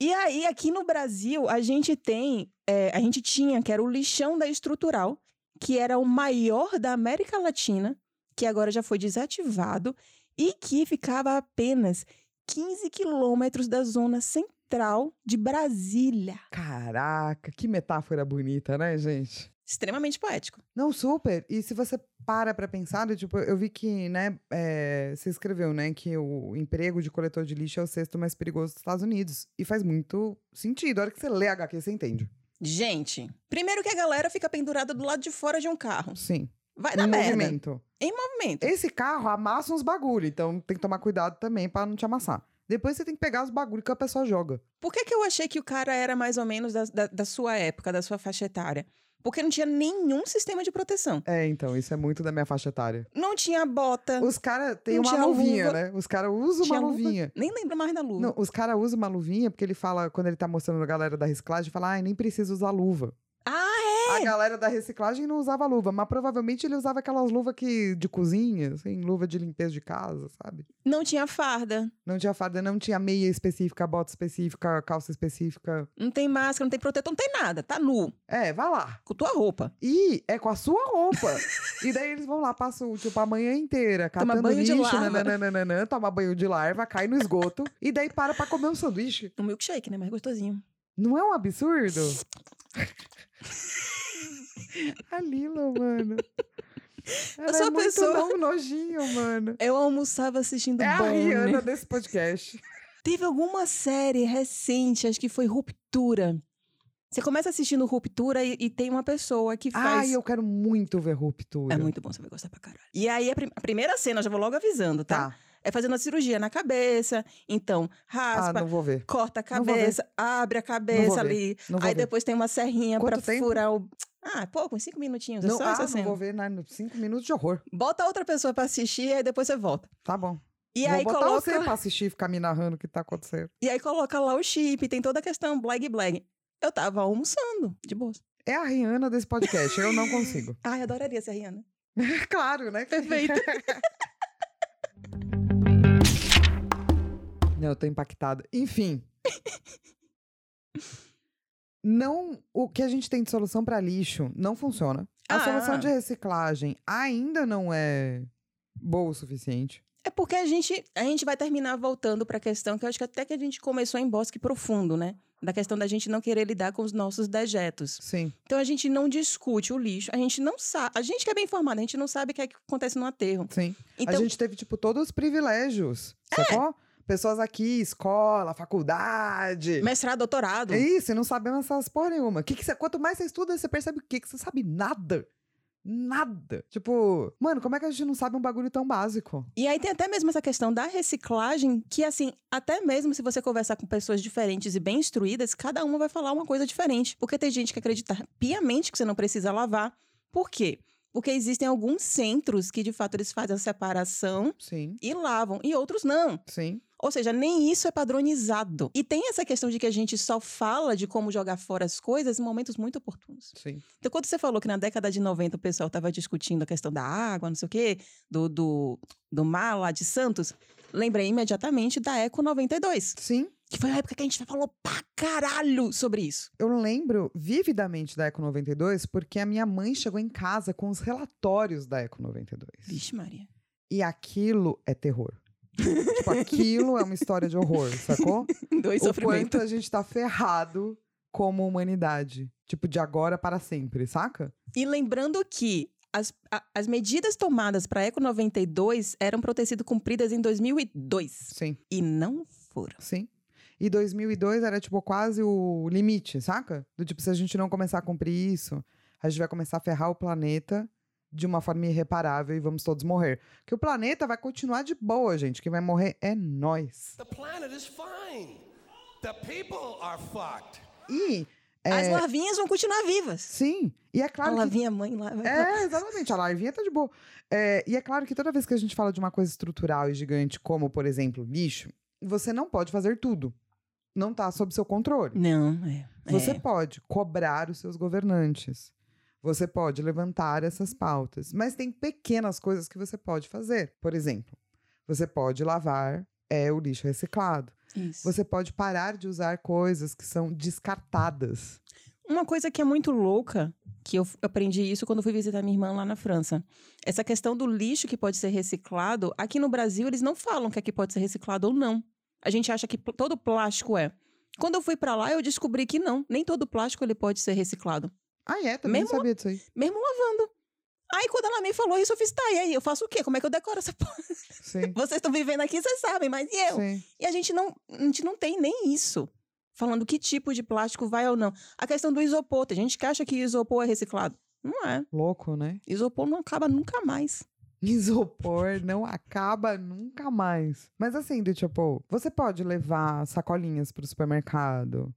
E aí, aqui no Brasil, a gente tem. é, a gente tinha, que era o lixão da estrutural, que era o maior da América Latina, que agora já foi desativado, e que ficava a apenas 15 quilômetros da zona central de Brasília. Caraca, que metáfora bonita, né, gente? Extremamente poético. Não, super. E se você para pra pensar, eu, tipo, eu vi que, né, é, você escreveu, né, que o emprego de coletor de lixo é o sexto mais perigoso dos Estados Unidos. E faz muito sentido. A hora que você lê a HQ, você entende. Gente, primeiro que a galera fica pendurada do lado de fora de um carro. Sim. Vai Um dar É merda. movimento. Em movimento. Esse carro amassa uns bagulho, então tem que tomar cuidado também pra não te amassar. Depois você tem que pegar os bagulho que a pessoa joga. Por que, que eu achei que o cara era mais ou menos da, da- da sua época, da sua faixa etária? Porque não tinha nenhum sistema de proteção. É, então, isso é muito da minha faixa etária. Não tinha bota, Os caras têm Não uma tinha luvinha, luva. né? Os caras usam uma tinha luva. luvinha. Nem lembro mais da luva. Não, os caras usam uma luvinha porque ele fala, quando ele tá mostrando a galera da reciclagem, fala, ai, nem precisa usar luva. Ah, A galera da reciclagem não usava luva, mas provavelmente ele usava aquelas luvas que, de cozinha, assim, luva de limpeza de casa, sabe? é? Não tinha farda, Não tinha farda, não tinha meia específica, bota específica, calça específica. não tem máscara, não tem protetor, não tem nada. Tá nu, É, vai lá. com tua roupa. E é com a sua roupa. e daí eles vão lá, passam, tipo, a manhã inteira, Toma catando banho de lixo, larva. nananana, toma banho de larva, cai no esgoto. e daí para pra comer um sanduíche. Um milkshake, né? Mais gostosinho. Não é um absurdo? a Lila, mano. Ela sou é a muito pessoa- não nojinho, mano. Eu almoçava assistindo É a Rihanna Bonnie. desse podcast. Teve alguma série recente, acho que foi Ruptura. Você começa assistindo Ruptura e, e tem uma pessoa que faz... Ai, eu quero muito ver Ruptura. É muito bom, você vai gostar pra caralho. E aí, a, prim- a primeira cena, eu já vou logo avisando, tá? Tá. É fazendo a cirurgia na cabeça. Então, Ah, raspa, não vou ver. corta a Não vou ver. cabeça, abre a cabeça ver, ali. Não vou Aí ver. depois tem uma serrinha pra Quanto tempo? furar o. Ah, é pouco, uns cinco minutinhos. é Não, só ah, essa não cena. vou ver. né? Cinco minutos de horror. Bota outra pessoa pra assistir, aí depois você volta. Tá bom. E vou aí, botar coloca, você pra assistir e ficar me narrando o que tá acontecendo. e aí coloca lá o chip, tem toda a questão, blag blag. Eu tava almoçando, de boa. É a Rihanna desse podcast. eu não consigo. Ai, adoraria ser a Rihanna. claro, né? Perfeito. Não, eu tô impactada. Enfim. não, o que a gente tem de solução pra lixo não funciona. A Ah. solução de reciclagem ainda não é boa o suficiente. É porque a gente, a gente vai terminar voltando pra questão que eu acho que até que a gente começou em Bosque Profundo, né? Da questão da gente não querer lidar com os nossos dejetos. Sim. Então a gente não discute o lixo, a gente não sabe. A gente que é bem informada, a gente não sabe o que é que acontece no aterro. Sim. Então, É. A gente teve, tipo, todos os privilégios. Sacou? Pessoas aqui, escola, faculdade. mestrado, doutorado. É isso, e não sabemos essas porra nenhuma. Que que cê- quanto mais você estuda, você percebe o quê? Que você sabe nada. Nada. Tipo, mano, como é que a gente não sabe um bagulho tão básico? E aí tem até mesmo essa questão da reciclagem, que assim, até mesmo se você conversar com pessoas diferentes e bem instruídas, cada uma vai falar uma coisa diferente. Porque tem gente que acredita piamente que você não precisa lavar. Por quê? Porque existem alguns centros que, de fato, eles fazem a separação Sim, e lavam, e outros não. sim. Ou seja, nem isso é padronizado. E tem essa questão de que a gente só fala de como jogar fora as coisas em momentos muito oportunos. Sim. Então, quando você falou que na década de 90 o pessoal estava discutindo a questão da água, não sei o quê, do, do, do mar lá de Santos, lembrei imediatamente da Eco 92, Sim. que foi a época que a gente falou pra caralho sobre isso. Eu lembro vividamente da Eco 92 porque a minha mãe chegou em casa com os relatórios da Eco 92. Vixe, Maria. E aquilo é terror. tipo, aquilo é uma história de horror, sacou? Dois o quanto sofrimentos. a gente tá ferrado como humanidade. Tipo, de agora para sempre, saca? E lembrando que as, a- as medidas tomadas para a Eco 92 eram para ter sido cumpridas em 2002. Sim, E não foram. sim. E 2002 era, tipo, quase o limite, saca? Do tipo, se a gente não começar a cumprir isso, a gente vai começar a ferrar o planeta de uma forma irreparável e vamos todos morrer. Que o planeta vai continuar de boa, gente. Quem vai morrer é nós. The planet is fine. The people are fucked. E. As é, larvinhas vão continuar vivas. Sim. E é claro a que larvinha mãe lá. vai- É, exatamente. A larvinha tá de boa. É, e é claro que toda vez que a gente fala de uma coisa estrutural e gigante, como, por exemplo, lixo, você não pode fazer tudo. Não tá sob seu controle. Não, é. Você é. pode cobrar os seus governantes. Você pode levantar essas pautas, mas tem pequenas coisas que você pode fazer. Por exemplo, você pode lavar é, o lixo reciclado. Isso. Você pode parar de usar coisas que são descartadas. Uma coisa que é muito louca, que eu f- aprendi isso quando eu fui visitar minha irmã lá na França. Essa questão do lixo que pode ser reciclado, aqui no Brasil eles não falam que aqui pode ser reciclado ou não. A gente acha que pl- todo plástico é. Quando eu fui pra lá, eu descobri que não, nem todo plástico ele pode ser reciclado, Ah, é? Também não Mesmo- sabia disso aí. mesmo lavando. Aí quando ela me falou isso, eu fiz, tá, e aí eu faço o quê? Como é que eu decoro essa porra? Sim. Vocês estão vivendo aqui, vocês sabem, mas e eu? Sim. E a gente não, a gente não tem nem isso. Falando que tipo de plástico vai ou não. A questão do isopor, tem gente que acha que isopor é reciclado. Não é. Louco, né? Isopor não acaba nunca mais. Isopor não acaba nunca mais. Mas assim, do tipo, você pode levar sacolinhas pro supermercado.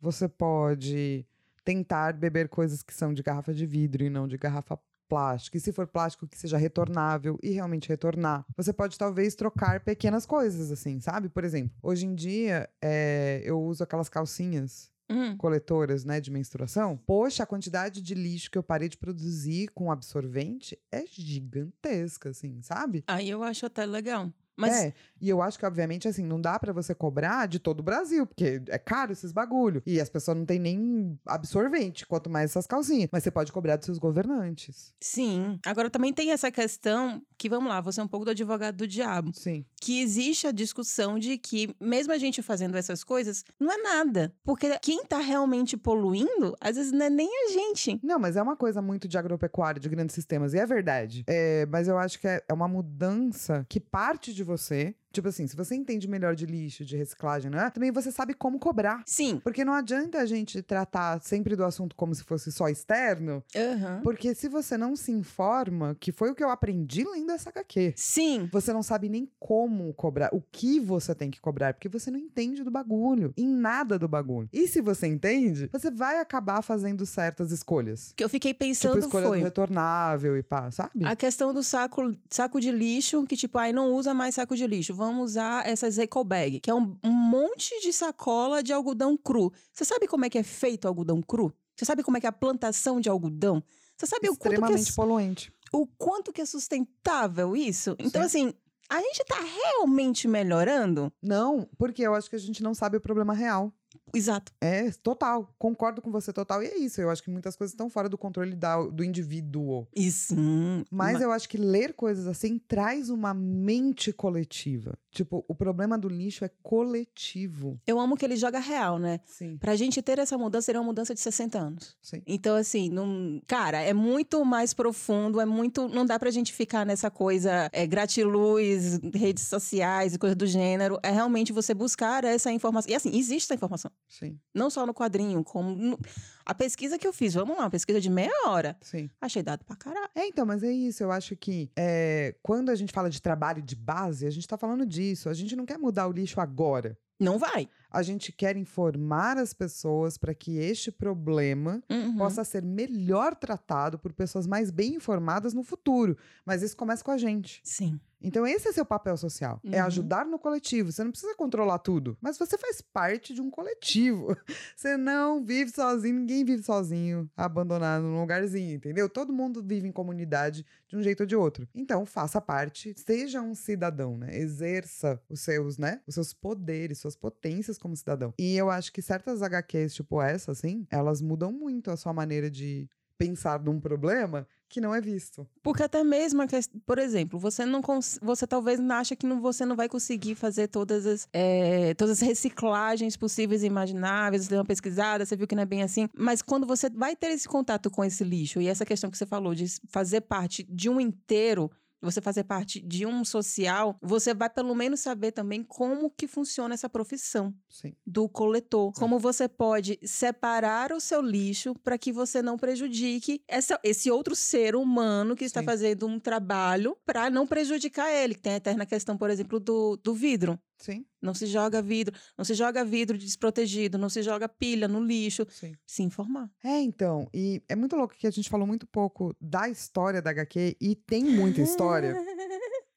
Você pode tentar beber coisas que são de garrafa de vidro e não de garrafa plástica. E se for plástico, que seja retornável e realmente retornar. Você pode talvez trocar pequenas coisas, assim, sabe? Por exemplo, hoje em dia é, eu uso aquelas calcinhas Hum, coletoras, né, de menstruação, poxa, a quantidade de lixo que eu parei de produzir com absorvente é gigantesca, assim, sabe? Aí eu acho até legal. Mas É, e eu acho que, obviamente, assim, não dá pra você cobrar de todo o Brasil, porque é caro esses bagulho. E as pessoas não têm nem absorvente, quanto mais essas calcinhas. Mas você pode cobrar dos seus governantes. sim. Agora também tem essa questão que, vamos lá, você é um pouco do advogado do diabo. Sim. que existe a discussão de que, mesmo a gente fazendo essas coisas, não é nada. Porque quem tá realmente poluindo, às vezes não é nem a gente. Não, mas é uma coisa muito de agropecuário, de grandes sistemas, e é verdade. É, mas eu acho que é, é uma mudança que parte de você. Tipo assim, se você entende melhor de lixo, de reciclagem, né? Também você sabe como cobrar. Sim. Porque não adianta a gente tratar sempre do assunto como se fosse só externo, Aham. porque se você não se informa, que foi o que eu aprendi lendo essa HQ, Sim. você não sabe nem como cobrar, o que você tem que cobrar, porque você não entende do bagulho, em nada do bagulho. E se você entende, você vai acabar fazendo certas escolhas. O que eu fiquei Tipo, pensando escolha foi. do retornável e pá, sabe? A questão do saco, saco de lixo, que tipo, aí não usa mais saco de lixo, vamos usar essas eco bag, que é um, um monte de sacola de algodão cru. Você sabe como é que é feito o algodão cru? Você sabe como é que é a plantação de algodão? Você sabe o quanto que é Extremamente poluente. o quanto que é sustentável isso. Então, assim, a gente tá realmente melhorando? Não, porque eu acho que a gente não sabe o problema real. Exato. É, total. Concordo com você total. E é isso. Eu acho que muitas coisas estão fora do controle da- do indivíduo. E sim. Mas ma- eu acho que ler coisas assim traz uma mente coletiva. Tipo, o problema do lixo é coletivo. eu amo que ele joga real, né? Sim. Pra gente ter essa mudança, seria uma mudança de 60 anos. Sim. Então, assim, não... cara, é muito mais profundo, é muito. Não dá pra gente ficar nessa coisa é, gratiluz, redes sociais e coisa do gênero. É realmente você buscar essa informação. E assim, existe essa informação. Sim. Não só no quadrinho, como. no- A pesquisa que eu fiz, vamos lá, uma pesquisa de meia hora. Sim. Achei dado pra caralho. É, então, mas é isso. Eu acho que é, quando a gente fala de trabalho de base, a gente tá falando disso. A gente não quer mudar o lixo agora. Não vai. A gente quer informar as pessoas para que este problema Uhum. possa ser melhor tratado por pessoas mais bem informadas no futuro. Mas isso começa com a gente. Sim. Então, esse é seu papel social: é Uhum. ajudar no coletivo. Você não precisa controlar tudo, mas você faz parte de um coletivo. Você não vive sozinho, ninguém vive sozinho, abandonado num lugarzinho, entendeu? Todo mundo vive em comunidade de um jeito ou de outro. Então, faça parte, seja um cidadão, né? Exerça os seus, né? Os seus poderes, suas potências como cidadão. E eu acho que certas HQs, tipo essa, assim, elas mudam muito a sua maneira de pensar num problema que não é visto. Porque até mesmo, a ques- por exemplo, você não cons... você talvez não acha que não- você não vai conseguir fazer todas as, eh, todas as reciclagens possíveis e imagináveis, você deu uma pesquisada, você viu que não é bem assim. Mas quando você vai ter esse contato com esse lixo e essa questão que você falou de s- fazer parte de um inteiro, você fazer parte de um social, você vai pelo menos saber também como que funciona essa profissão. Sim. do coletor. Como você pode separar o seu lixo para que você não prejudique essa- esse outro ser humano que está Sim. fazendo um trabalho para não prejudicar ele. Tem a eterna questão, por exemplo, do, do vidro. Sim, Não se joga vidro, não se joga vidro desprotegido, não se joga pilha no lixo. sim. Se informar. É, então, e é muito louco que a gente falou muito pouco da É. história da HQ e tem muita história.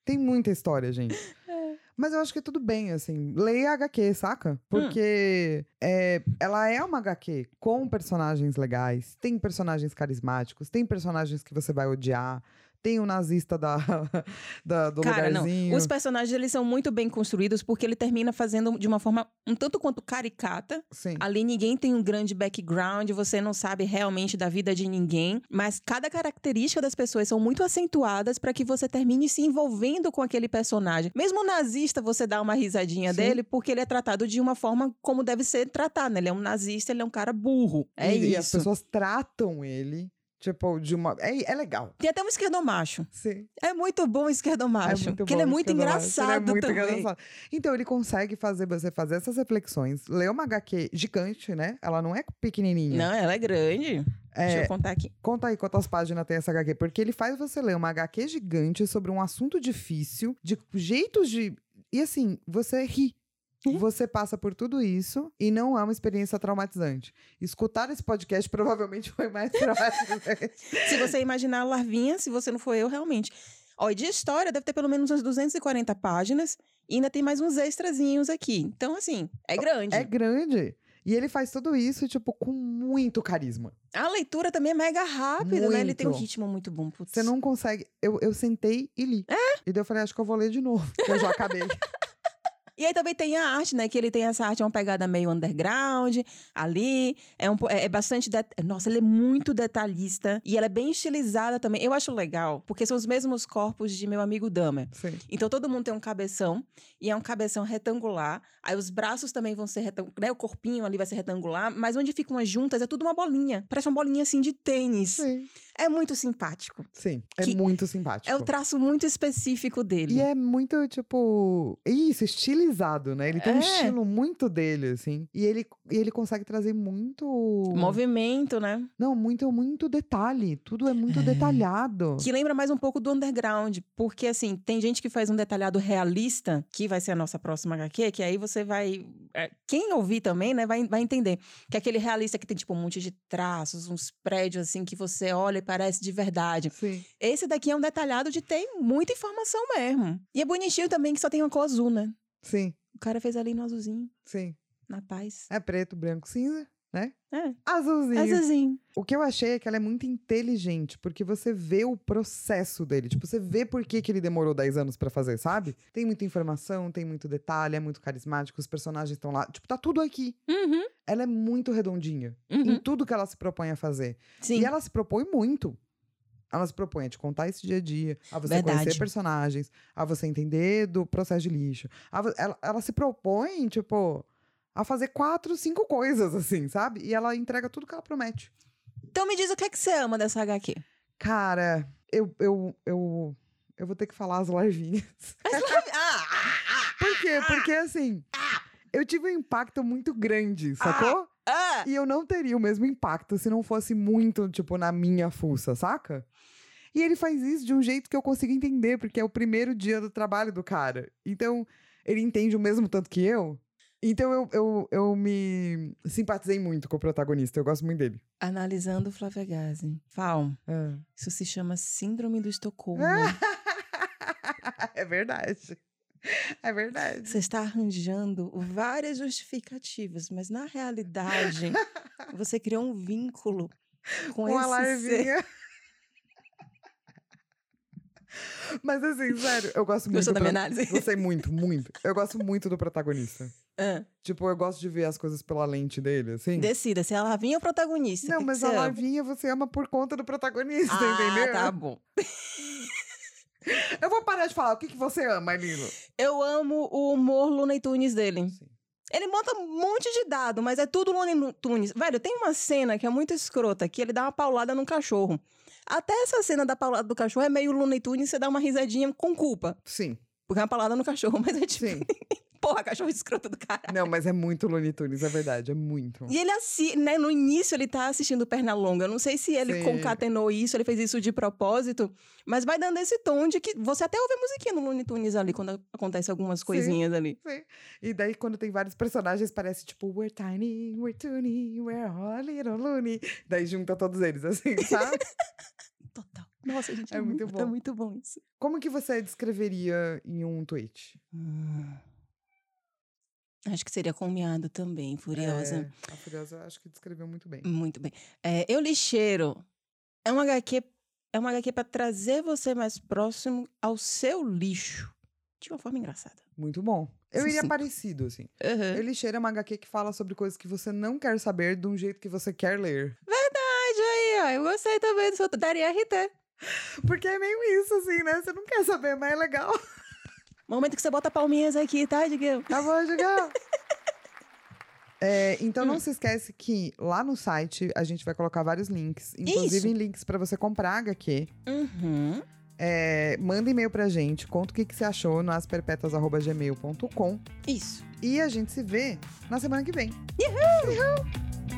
Tem muita história, gente. Mas eu acho que tudo bem, assim. Leia a HQ, Hum. saca? Porque é, ela é uma HQ com personagens legais, tem personagens carismáticos, tem personagens que você vai odiar, tem o nazista da, da- do Cara, não. lugarzinho. Os personagens, eles são muito bem construídos porque ele termina fazendo de uma forma um tanto quanto caricata. Sim. Ali ninguém tem um grande background, você não sabe realmente da vida de ninguém, mas cada característica das pessoas são muito acentuadas para que você termine se envolvendo com aquele personagem. Mesmo o nazista, você dá uma risadinha Sim. dele porque ele é tratado de uma forma como deve ser tratado, né? Ele é um nazista, ele é um cara burro. É e, isso. e as pessoas tratam ele, tipo, de uma. É, é legal. Tem até um esquerdomacho. Sim. É muito bom o esquerdomacho. porque ele é bom, muito Esquerdo Macho. engraçado Ele é muito também. engraçado. Então, ele consegue fazer você fazer essas reflexões. Ler uma HQ gigante, né? Ela não é pequenininha. Não, ela é grande. Deixa É, eu contar aqui. Conta aí quantas páginas tem essa HQ, porque ele faz você ler uma HQ gigante sobre um assunto difícil, de jeitos de. E assim, você ri. Você passa por tudo isso e não é uma experiência traumatizante. Escutar esse podcast provavelmente foi mais traumatizante. Se você imaginar a larvinha, se você não for eu, realmente. Ó, e de história deve ter pelo menos umas 240 páginas. E ainda tem mais uns extrazinhos aqui. Então, assim, é grande. é grande. E ele faz tudo isso, tipo, com muito carisma. A leitura também é mega rápida, né? Ele tem um Muito. ritmo muito bom. Putz. Você não consegue. Eu, eu sentei e li. É? E daí eu falei, acho que eu vou ler de novo, porque eu já acabei. E aí também tem a arte, né? Que ele tem essa arte, é uma pegada meio underground, ali. É, um, po- é, é bastante. det- Nossa, ele é muito detalhista. E ela é bem estilizada também. Eu acho legal, porque são os mesmos corpos de meu amigo Dahmer. Sim. Então todo mundo tem um cabeção e é um cabeção retangular. Aí os braços também vão ser retangular, né? O corpinho ali vai ser retangular, mas onde ficam as juntas é tudo uma bolinha. Parece uma bolinha assim de tênis. Sim. É muito simpático. Sim. É Que- muito simpático. É o traço muito específico dele. Tipo. E é muito, tipo. Isso, estilizado, né? Ele tem um É. estilo muito dele, assim. E ele, e ele consegue trazer muito. Movimento, né? Não, muito, muito detalhe. Tudo é muito É. detalhado. Que lembra mais um pouco do underground, porque assim, tem gente que faz um detalhado realista, que vai ser a nossa próxima HQ, que aí você vai. é, Quem ouvir também, né, vai, vai entender. Que é aquele realista que tem, tipo, um monte de traços, uns prédios, assim, que você olha e parece de verdade. Sim. Esse daqui é um detalhado de ter muita informação mesmo. E é bonitinho também que só tem uma cor azul, né? Sim, O cara fez ali no azulzinho, sim. na paz. É preto, branco, cinza, né? É. Azulzinho. Azulzinho. O que eu achei é que ela é muito inteligente, porque você vê o processo dele. Tipo, você vê por que, que ele demorou 10 anos pra fazer, sabe? Tem muita informação, tem muito detalhe, é muito carismático, os personagens estão lá. Tipo, tá tudo aqui. Uhum. Ela é muito redondinha em uhum. tudo que ela se propõe a fazer. Sim. E ela se propõe muito. Ela se propõe a te contar esse dia a dia, a você Verdade. conhecer personagens, a você entender do processo de lixo. a vo- ela, ela se propõe, tipo, a fazer quatro, cinco coisas, assim, sabe? E ela entrega tudo que ela promete. Então me diz o que é que você ama dessa HQ. Cara, eu, eu, eu, eu vou ter que falar as larvinhas. ah, Por quê? Porque assim, eu tive um impacto muito grande, sacou? ah, ah. E eu não teria o mesmo impacto se não fosse muito, tipo, na minha fuça, saca? E ele faz isso de um jeito que eu consigo entender, porque é o primeiro dia do trabalho do cara. Então, ele entende o mesmo tanto que eu. Então, eu, eu, eu me simpatizei muito com o protagonista. Eu gosto muito dele. Analisando Flávia Gazi. Fal, Ah. isso se chama Síndrome do Estocolmo. É verdade. É verdade. Você está arranjando várias justificativas, mas na realidade você criou um vínculo com, com a esse ser. larvinha. Mas assim, sério, eu gosto muito. Gostou da do minha pro- análise? Gostei muito, muito. Eu gosto muito do protagonista. Ah. Tipo, eu gosto de ver as coisas pela lente dele, assim. Decida, se ela vinha ou protagonista. Não, que que mas você a ama? larvinha você ama por conta do protagonista, ah, entendeu? Tá bom. Eu vou parar de falar o que, que você ama, Nilo. Eu amo o humor Looney Tunes dele. Sim. Ele monta um monte de dado, mas é tudo Looney Tunes. Velho, tem uma cena que é muito escrota, que ele dá uma paulada num cachorro. Até essa cena da paulada do cachorro é meio Looney Tunes, você dá uma risadinha com culpa. Sim, Porque é uma paulada no cachorro, mas é tipo... sim. Porra, cachorro escroto do cara. Não, mas é muito Looney Tunes, é verdade, é muito. E ele assim, né, no início ele tá assistindo Pernalonga. Eu não sei se ele Sim. concatenou isso, ele fez isso de propósito, mas vai dando esse tom de que você até ouve a musiquinha no Looney Tunes ali quando acontece algumas coisinhas ali. E daí, quando tem vários personagens, parece tipo, we're tiny, we're toony, we're all a little loony. Daí junta todos eles, assim, sabe? Total. Nossa, gente, É muito bom. É muito bom isso. Como que você descreveria em um tweet? Ah. Acho que seria com miado também, Furiosa. É, a Furiosa acho que descreveu muito bem. Muito bem. É, eu Lixeiro é uma HQ, é uma HQ para trazer você mais próximo ao seu lixo. De uma forma engraçada. Muito bom. Eu iria Sucinto. parecido, assim. Eu lixeira é uma HQ que fala sobre coisas que você não quer saber de um jeito que você quer ler. Mas aí, ó, eu gostei também do seu daria RT. Porque é meio isso, assim, né? Você não quer saber, mas é legal. Momento que você bota palminhas aqui, tá, Diguinho? Tá bom, jogar. É, então não se esquece que lá no site a gente vai colocar vários links, inclusive links pra você comprar HQ. Uhum. É, manda e-mail pra gente, conta o que, que você achou no asperpetas.gmail.com Isso. e a gente se vê na semana que vem. Uhul!